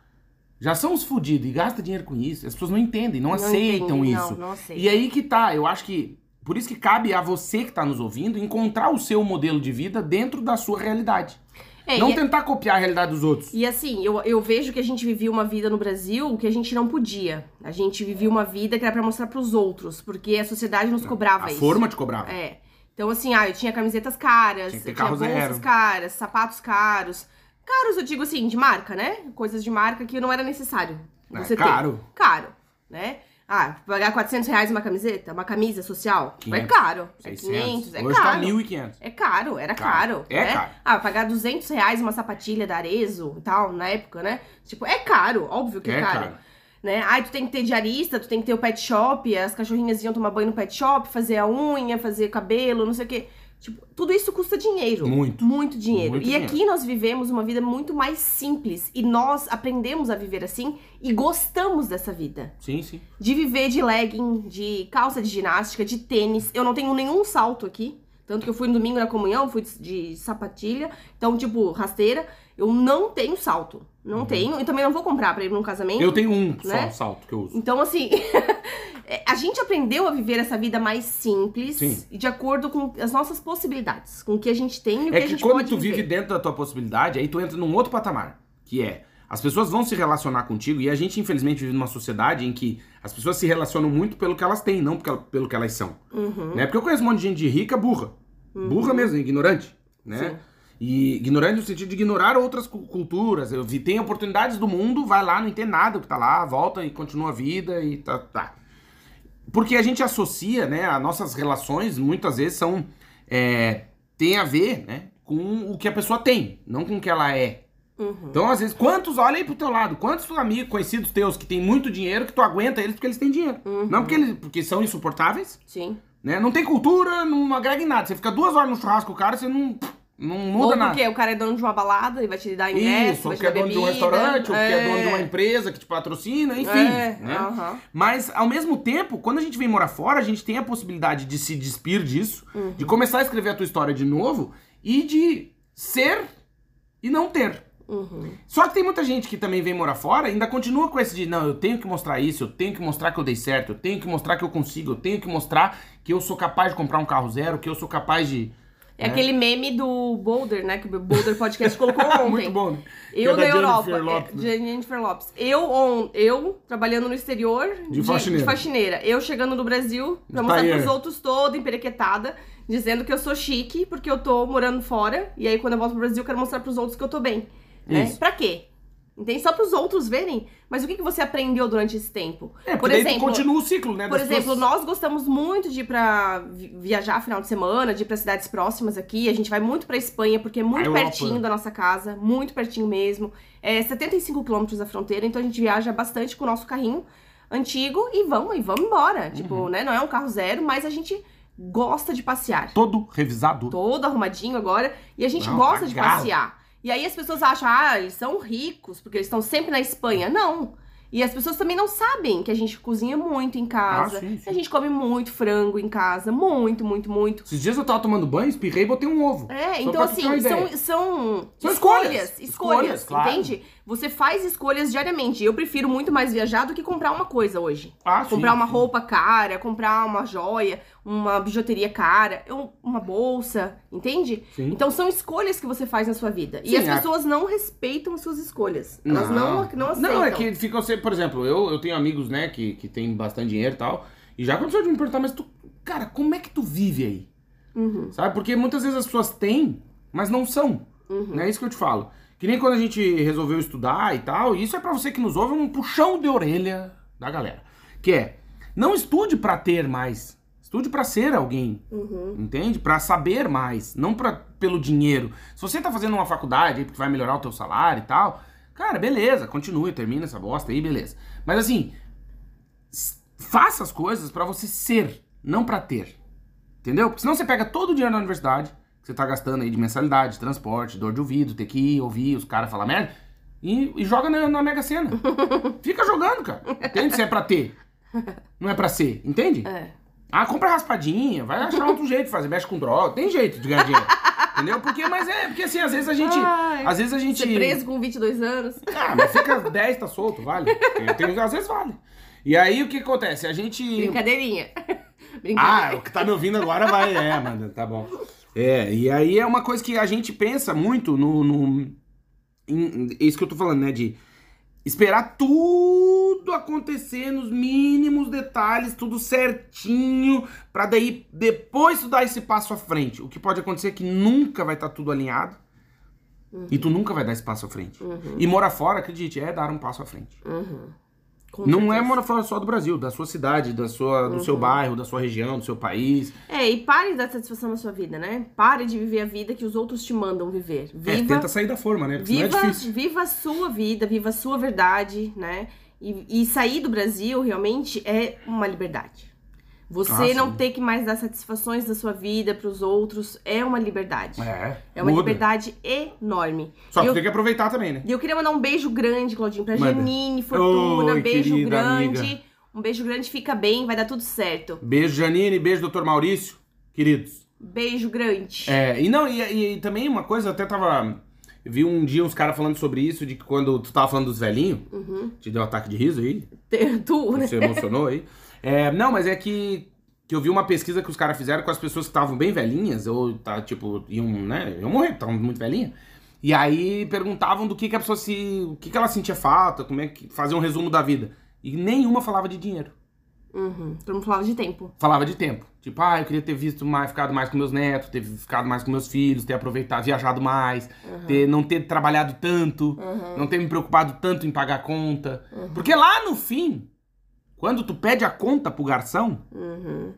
Já são os fudidos e gastam dinheiro com isso. As pessoas não entendem, não, aceitam
entendi,
isso.
Não, não aceitam.
E aí que tá, eu acho que. Por isso que cabe a você que tá nos ouvindo encontrar o seu modelo de vida dentro da sua realidade.
É,
não
e-
tentar copiar a realidade dos outros.
E assim, eu, eu vejo que a gente vivia uma vida no Brasil que a gente não podia. A gente vivia uma vida que era pra mostrar pros outros, porque a sociedade nos cobrava
É. a
isso.
forma te cobrava.
É. Então, assim, ah, eu tinha camisetas caras,
Tinha que ter
eu tinha
carro
bolsas
zero.
caras, sapatos caros. Caros, eu digo assim, de marca, né? Coisas de marca que não era necessário
É,
você ter.
caro.
Caro, né? Ah, pagar 400 reais uma camiseta, uma camisa social, é
500,
caro.
600.
500, é
Hoje
caro.
tá 1.500.
É caro, era
Caro.
caro.
É
né?
caro.
Ah, pagar 200 reais uma sapatilha da Arezo e tal, na época, né? Tipo, é caro, óbvio que é,
É
caro.
caro.
Né? Ai, tu tem que ter diarista, tu tem que ter o pet shop, as cachorrinhas iam tomar banho no pet shop, fazer a unha, fazer cabelo, não sei o quê. Tipo, tudo isso custa dinheiro.
Muito.
Muito dinheiro.
Muito
e
dinheiro.
aqui nós vivemos uma vida muito mais simples. E nós aprendemos a viver assim e gostamos dessa vida.
Sim, sim.
De viver de legging, de calça de ginástica, de tênis. Eu não tenho nenhum salto aqui. Tanto que eu fui no domingo na comunhão, fui de de sapatilha. Então, tipo, rasteira. Eu não tenho salto. Não tenho. E também não vou comprar pra ir num casamento.
Uhum. Eu tenho um só
Né?
salto que eu uso.
Então, assim, é, a gente aprendeu a viver essa vida mais simples
Sim.
e de acordo com as nossas possibilidades, com o que a gente tem e o
É
que a
que
gente
quando
pode
tu
viver.
vive dentro da tua possibilidade, aí tu entra num outro patamar, que é as pessoas vão se relacionar contigo e a gente infelizmente vive numa sociedade em que as pessoas se relacionam muito pelo que elas têm, não porque ela- pelo que elas são.
Uhum.
Né? Porque eu conheço um monte de gente rica burra. Burra mesmo, ignorante, né?
Sim.
E ignorante no sentido de ignorar outras cu- culturas. Eu vi, tem oportunidades do mundo, vai lá, não entende nada do que tá lá, volta e continua a vida e tá, tá. Porque a gente associa, né? As nossas relações muitas vezes são. É, tem a ver, né? Com o que a pessoa tem, não com o que ela é.
Uhum.
Então, às vezes, quantos, olha aí pro teu lado, quantos amigos, conhecidos teus que tem muito dinheiro que tu aguenta eles porque eles têm dinheiro?
Uhum.
Não porque eles porque são insuportáveis,
Sim.
né? Não tem cultura, não agrega em nada. Você fica duas horas no churrasco com o cara, você não. Não
Ou
muda nada.
porque o cara é dono de uma balada e vai te dar ingresso,
Isso, ou
vai te
porque
dar
é dono de um
bebida.
restaurante, ou porque é dono de uma
É,
empresa que te patrocina, enfim.
é,
né?
aham.
Mas, ao mesmo tempo, quando a gente vem morar fora, a gente tem a possibilidade de se despir disso,
Uhum.
de começar a escrever a tua história de novo e de ser e não ter.
Uhum.
Só que tem muita gente que também vem morar fora e ainda continua com esse de, não, eu tenho que mostrar isso, eu tenho que mostrar que eu dei certo, eu tenho que mostrar que eu consigo, eu tenho que mostrar que eu sou capaz de comprar um carro zero, que eu sou capaz de...
É
Né?
aquele meme do Boulder, né? Que o Boulder Podcast colocou ontem.
Muito bom, né? Que é
Eu
da
na Europa.
Jennifer Lopez, né?
é, Jennifer Lopes. Eu, on, eu trabalhando no exterior
De faxineira.
de faxineira. Eu chegando no Brasil pra
De
mostrar
taier.
pros outros toda emperequetada, dizendo que eu sou chique porque eu tô morando fora. E aí quando eu volto pro Brasil eu quero mostrar pros outros que eu tô bem. Né?
Isso.
Pra quê? Entende? Só pros outros verem. Mas o que, que você aprendeu durante esse tempo?
É, porque daí tu continua o ciclo, né?
Por
das
exemplo,
pessoas.
nós gostamos muito de ir pra vi- viajar final de semana, de ir pra cidades próximas aqui. A gente vai muito pra Espanha, porque é
A
muito
Europa. né?
pertinho da nossa casa, muito pertinho mesmo. É 75 quilômetros da fronteira, então a gente viaja bastante com o nosso carrinho antigo e vamos, e vamos embora.
Uhum.
Tipo, né? Não é um carro zero, mas a gente gosta de passear.
Todo revisado.
Todo arrumadinho agora. E a gente
Não,
gosta de
cagado.
passear. E aí as pessoas acham, ah, eles são ricos, porque eles estão sempre na Espanha. Não. E as pessoas também não sabem que a gente cozinha muito em casa.
Ah, sim, sim.
A gente come muito frango em casa. Muito, muito, muito.
Esses dias eu tava tomando banho, espirrei e botei um ovo.
É,
Só
então
pra tu ter uma
assim,
ideia.
são, são,
São escolhas.
escolhas, escolhas,
Escolhas, claro.
entende? Você faz escolhas diariamente. Eu prefiro muito mais viajar do que comprar uma coisa hoje.
Ah, sim,
comprar uma
sim.
roupa cara, comprar uma joia, uma bijuteria cara, eu- uma bolsa, entende?
Sim.
Então são escolhas que você faz na sua vida.
Sim,
e as
é.
pessoas não respeitam as suas escolhas. Elas não, não aceitam.
Não, é que ficam sempre, por exemplo, eu, eu tenho amigos, né, que, que tem bastante dinheiro e tal, e já aconteceu de me perguntar, mas tu, cara, como é que tu vive aí?
Uhum.
Sabe? Porque muitas vezes as pessoas têm, mas não são.
Uhum.
Não é isso que eu te falo. Que nem quando a gente resolveu estudar e tal, e isso é pra você que nos ouve um puxão de orelha da galera. Que é, não estude pra ter mais. Estude pra ser alguém. Entende? Pra saber mais, não pra, pelo dinheiro. Se você tá fazendo uma faculdade aí porque vai melhorar o teu salário e tal, cara, beleza, continue, termina essa bosta aí, beleza. Mas assim, s- faça as coisas pra você ser, não pra ter. Entendeu? Porque senão você pega todo o dinheiro da universidade, que você tá gastando aí de mensalidade, transporte, dor de ouvido, ter que ir ouvir os caras falar merda, e, e joga na, na Mega Sena. Fica jogando, cara. Entende? Se é pra ter. Não é pra ser, entende?
É.
Ah, compra raspadinha, vai achar outro jeito de fazer, mexe com droga, tem jeito de ganhar dinheiro. entendeu? Porque, mas é, porque assim, às vezes a gente.
Ai,
às vezes a gente.
Ser é preso com 22 anos.
Ah, mas fica 10, tá solto, vale. Eu tenho- às vezes vale. E aí o que acontece? A gente.
Brincadeirinha.
Ah,
Brincadeira.
o que tá me ouvindo agora vai. É, Amanda, tá bom. É, e aí é uma coisa que a gente pensa muito no. no em- em- isso que eu tô falando, né? De esperar tudo acontecer nos mínimos detalhes, tudo certinho, pra daí depois tu dar esse passo à frente. O que pode acontecer é que nunca vai estar tudo alinhado. E tu nunca vai dar esse passo à frente. E morar fora, acredite, é dar um passo à frente.
Com
Não é
certeza.
morar fora só do Brasil, da sua cidade, da sua, do seu bairro, da sua região, do seu país.
É, e pare de dar satisfação na sua vida, né? Pare de viver a vida que os outros te mandam viver.
É,
Viva,
tenta sair da forma, né? Porque
viva,
senão é difícil.
viva a sua vida, viva a sua verdade, né? E, e sair do Brasil realmente é uma liberdade. Você
Ah,
não
sim.
ter que mais dar satisfações da sua vida pros outros é uma liberdade.
É,
É uma
muda.
liberdade enorme.
Só que
eu,
tem que aproveitar também, né?
e eu queria mandar um beijo grande, Claudinho, pra
Manda.
Janine, Fortuna.
Oi,
beijo
querida
grande.
amiga.
Um beijo grande, fica bem, vai dar tudo certo.
Beijo, Janine, beijo, doutor Maurício, queridos.
Beijo grande.
É, e não, e, e- e também uma coisa, eu até tava. eu vi um dia uns caras falando sobre isso, de que quando tu tava falando dos velhinhos, te deu um ataque de riso aí,
Uhum. Tu, né?
você emocionou aí. É, não, mas é que, que eu vi uma pesquisa que os caras fizeram com as pessoas que estavam bem velhinhas, ou tá, tipo, iam, né? Eu morrer, estavam muito velhinha. E aí perguntavam do que, que a pessoa se. o que, que ela sentia falta, como é que. fazer um resumo da vida. E nenhuma falava de dinheiro.
Uhum. Todo mundo falava de tempo.
Falava de tempo. Tipo, ah, eu queria ter visto mais, ficado mais com meus netos, ter ficado mais com meus filhos, ter aproveitado, viajado mais, ter, não ter trabalhado tanto, não ter me preocupado tanto em pagar a conta. Porque lá no fim, quando tu pede a conta pro garçom,
Uhum.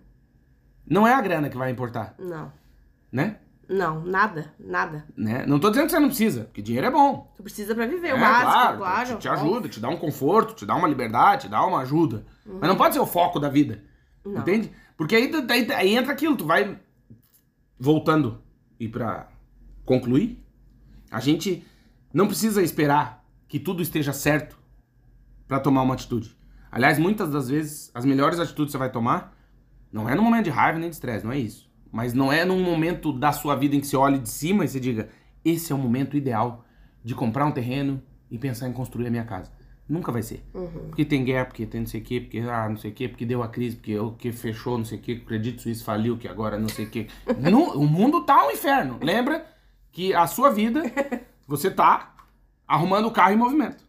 não é a grana que vai importar,
Não.
né?
Não, nada, nada.
né? Não tô dizendo que você não precisa, porque dinheiro é bom.
Tu precisa pra viver,
É,
o básico, claro.
Te, te ajuda, te dá um conforto, te dá uma liberdade, te dá uma ajuda. Mas não pode ser o foco da vida.
Uhum. Não.
Entende? Porque aí, daí- aí entra aquilo, tu vai voltando e pra concluir. A gente não precisa esperar que tudo esteja certo para tomar uma atitude. Aliás, muitas das vezes, as melhores atitudes que você vai tomar não é num momento de raiva nem de estresse, não é isso. Mas não é num momento da sua vida em que você olhe de cima e você diga: esse é o momento ideal de comprar um terreno e pensar em construir a minha casa. Nunca vai ser. Porque tem guerra, porque tem não sei o quê, porque ah, não sei o quê, porque deu a crise, porque, o que fechou, não sei o quê, que o Credito Suíço faliu, que agora não sei o quê. Nu- o mundo tá um inferno. Lembra que a sua vida, você tá arrumando o carro em movimento.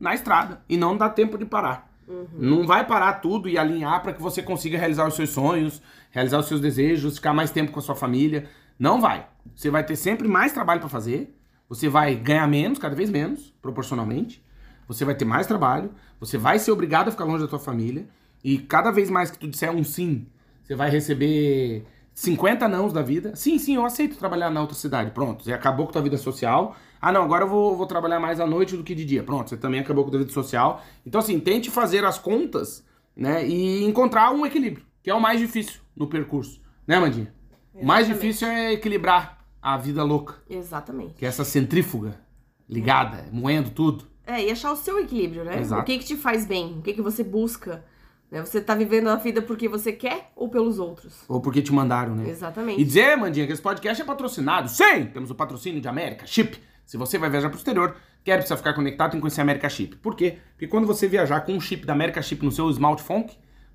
Na estrada. E não dá tempo de parar. Não vai parar tudo e alinhar para que você consiga realizar os seus sonhos, realizar os seus desejos, ficar mais tempo com a sua família. Não vai. Você vai ter sempre mais trabalho para fazer. Você vai ganhar menos, cada vez menos, proporcionalmente. Você vai ter mais trabalho. Você vai ser obrigado a ficar longe da sua família. E cada vez mais que tu disser um sim, você vai receber 50 nãos da vida. Sim, sim, eu aceito trabalhar na outra cidade. Pronto, você acabou com a tua vida social. Ah, não, agora eu vou, vou trabalhar mais à noite do que de dia. Pronto, você também acabou com a tua vida social. Então, assim, tente fazer as contas, né? E encontrar um equilíbrio, que é o mais difícil no percurso. Né, Mandinha? O mais difícil é equilibrar a vida louca,
Exatamente.
que é essa centrífuga ligada, moendo tudo.
É, e achar o seu equilíbrio, né?
Exato.
O que que te faz bem? O que que você busca? né? Você tá vivendo a vida porque você quer ou pelos outros?
Ou porque te mandaram, né?
Exatamente.
E dizer, Mandinha, que esse podcast é patrocinado. Sim! Temos o patrocínio de América Chip. Se você vai viajar pro exterior, quer precisar ficar conectado, tem que conhecer a América Chip. Por quê? Porque quando você viajar com um chip da América Chip no seu smartphone,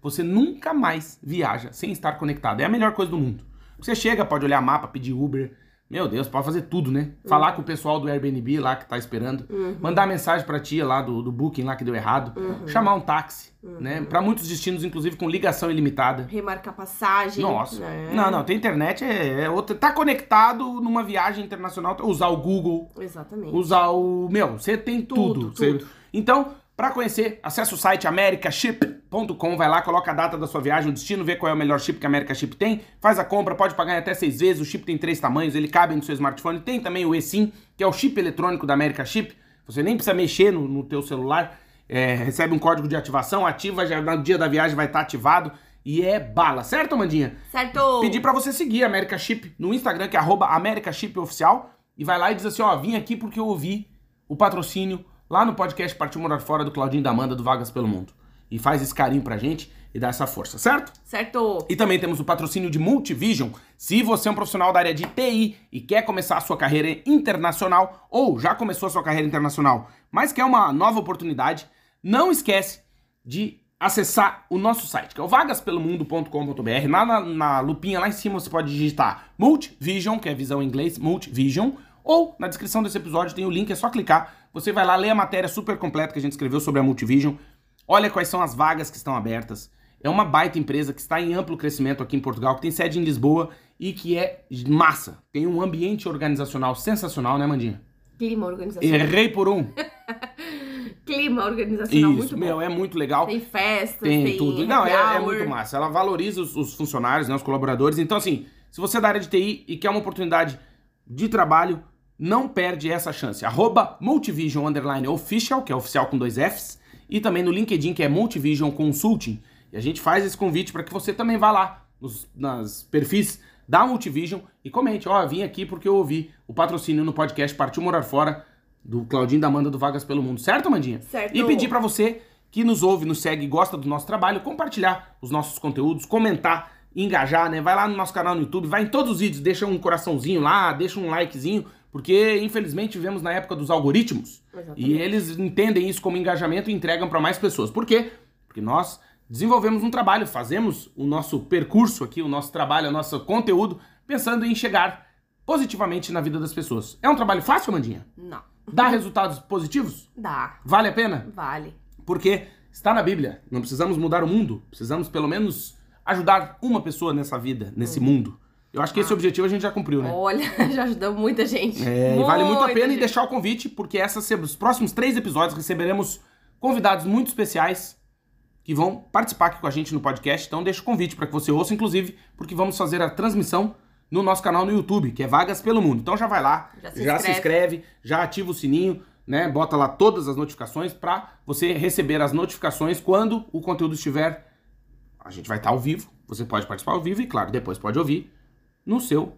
você nunca mais viaja sem estar conectado. É a melhor coisa do mundo. Você chega, pode olhar mapa, pedir Uber. Meu Deus, pode fazer tudo, né? Falar com o pessoal do Airbnb lá que tá esperando. Mandar mensagem pra tia lá do, do Booking lá que deu errado. Chamar um táxi, né? Pra muitos destinos, inclusive com ligação ilimitada.
Remarcar passagem.
Nossa.
né?
Não, não, tem internet, é, é outra. Tá conectado numa viagem internacional, usar o Google,
Exatamente.
usar o. Meu, você tem tudo.
Tudo,
Você-
tudo.
Então, pra conhecer, acessa o site americaship.com, vai lá, coloca a data da sua viagem, o destino, vê qual é o melhor chip que a America Chip tem, faz a compra, pode pagar em até seis vezes, o chip tem três tamanhos, ele cabe no seu smartphone, tem também o eSIM, que é o chip eletrônico da America Chip, você nem precisa mexer no, no teu celular, é, recebe um código de ativação, ativa, já no dia da viagem vai estar ativado, e é bala, certo, Mandinha?
Certo?
Pedir pra você seguir a America Chip no Instagram, que é arroba America Chip Oficial, e vai lá e diz assim, ó, vim aqui porque eu ouvi o patrocínio lá no podcast Partiu Morar Fora do Claudinho e da Amanda do Vagas Pelo Mundo. E faz esse carinho pra gente e dá essa força, certo?
Certo.
E também temos o patrocínio de Multivision. Se você é um profissional da área de TI e quer começar a sua carreira internacional ou já começou a sua carreira internacional, mas quer uma nova oportunidade, não esquece de acessar o nosso site, que é o vagaspelomundo.com.br. Na, na, na lupinha lá em cima você pode digitar Multivision, que é visão em inglês, Multivision. Ou na descrição desse episódio tem o link, é só clicar. Você vai lá ler a matéria super completa que a gente escreveu sobre a Multivision. Olha quais são as vagas que estão abertas. É uma baita empresa que está em amplo crescimento aqui em Portugal, que tem sede em Lisboa e que é massa. Tem um ambiente organizacional sensacional, né, Mandinha?
Clima organizacional.
Errei por um.
Clima organizacional muito
Isso,
bom.
meu, é muito legal.
Tem festas,
Tem,
tem,
tudo. Não, é, é
happy hour.
muito massa. Ela valoriza os, os funcionários, né, os colaboradores. Então, assim, se você é da área de TI e quer uma oportunidade de trabalho, não perde essa chance. Arroba Multivision Underline Official, que é oficial com dois Fs, e também no LinkedIn, que é Multivision Consulting. E a gente faz esse convite para que você também vá lá nos nas perfis da Multivision e comente. Ó, vim aqui porque eu ouvi o patrocínio no podcast Partiu Morar Fora do Claudinho da Amanda do Vagas pelo Mundo. Certo, Mandinha?
Certo.
E pedir pra você que nos ouve, nos segue, e gosta do nosso trabalho, compartilhar os nossos conteúdos, comentar, engajar, né? Vai lá no nosso canal no YouTube, vai em todos os vídeos, deixa um coraçãozinho lá, deixa um likezinho, porque infelizmente vivemos na época dos algoritmos.
Exatamente.
E eles entendem isso como engajamento e entregam pra mais pessoas. Por quê? Porque nós desenvolvemos um trabalho, fazemos o nosso percurso aqui, o nosso trabalho, o nosso conteúdo, pensando em chegar positivamente na vida das pessoas. É um trabalho fácil, Mandinha?
Não.
Dá resultados positivos?
Dá.
Vale a pena?
Vale.
Porque está na Bíblia. Não precisamos mudar o mundo. Precisamos, pelo menos, ajudar uma pessoa nessa vida, nesse mundo. Eu acho que esse objetivo a gente já cumpriu, né?
Olha, já ajudou muita gente.
É, e vale muito a
Muita
pena e
gente.
deixar o convite, porque essas, se- os próximos três episódios receberemos convidados muito especiais que vão participar aqui com a gente no podcast. Então deixa o convite para que você ouça, inclusive, porque vamos fazer a transmissão no nosso canal no YouTube, que é Vagas pelo Mundo. Então já vai lá,
Já se
já, inscreve, já ativa o sininho, né? Bota lá todas as notificações para você receber as notificações quando o conteúdo estiver. A gente vai estar ao vivo, você pode participar ao vivo e, claro, depois pode ouvir no seu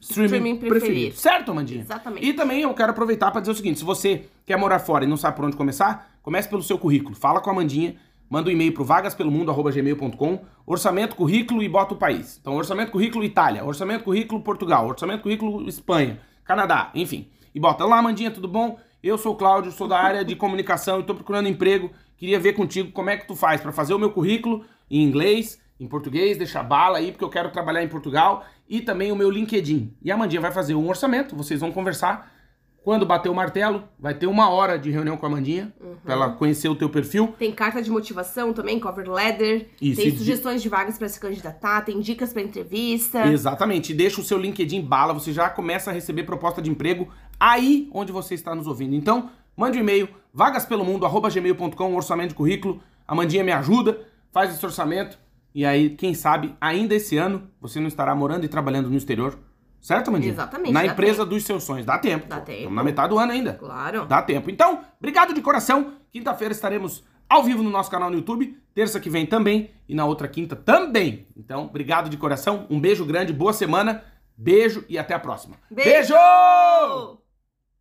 streaming,
Streaming
preferido.
preferido.
Certo, Mandinha?
Exatamente.
E também eu quero aproveitar pra dizer o seguinte: se você quer morar fora e não sabe por onde começar, comece pelo seu currículo. Fala com a Mandinha, manda um e-mail pro vagaspelomundo.gmail.com, orçamento, currículo e bota o país. Então, orçamento, currículo, Itália, orçamento, currículo, Portugal, orçamento, currículo, Espanha, Canadá, enfim. E bota lá, Mandinha, tudo bom? Eu sou o Cláudio, sou da área de comunicação e tô procurando emprego. Queria ver contigo como é que tu faz pra fazer o meu currículo em inglês em português, deixa bala aí, porque eu quero trabalhar em Portugal, e também o meu LinkedIn. E a Mandinha vai fazer um orçamento, vocês vão conversar. Quando bater o martelo, vai ter uma hora de reunião com a Mandinha, pra ela conhecer o teu perfil.
Tem carta de motivação também, cover letter.
Isso, e
tem
di-
sugestões de vagas pra se candidatar, tem dicas pra entrevista.
Exatamente, e deixa o seu LinkedIn bala, você já começa a receber proposta de emprego aí onde você está nos ouvindo. Então, mande um e-mail, vagaspelomundo.gmail.com, um orçamento de currículo, a Mandinha me ajuda, faz esse orçamento, e aí, quem sabe, ainda esse ano, você não estará morando e trabalhando no exterior, certo, Mandinha?
Exatamente,
Na
dá
empresa dos seus sonhos, dá tempo.
Dá
pô.
tempo.
Estamos na metade do ano ainda.
Claro.
Dá tempo. Então, obrigado de coração. Quinta-feira estaremos ao vivo no nosso canal no YouTube. Terça que vem também. E na outra quinta também. Então, obrigado de coração. Um beijo grande, boa semana. Beijo e até a próxima.
Beijo!
beijo!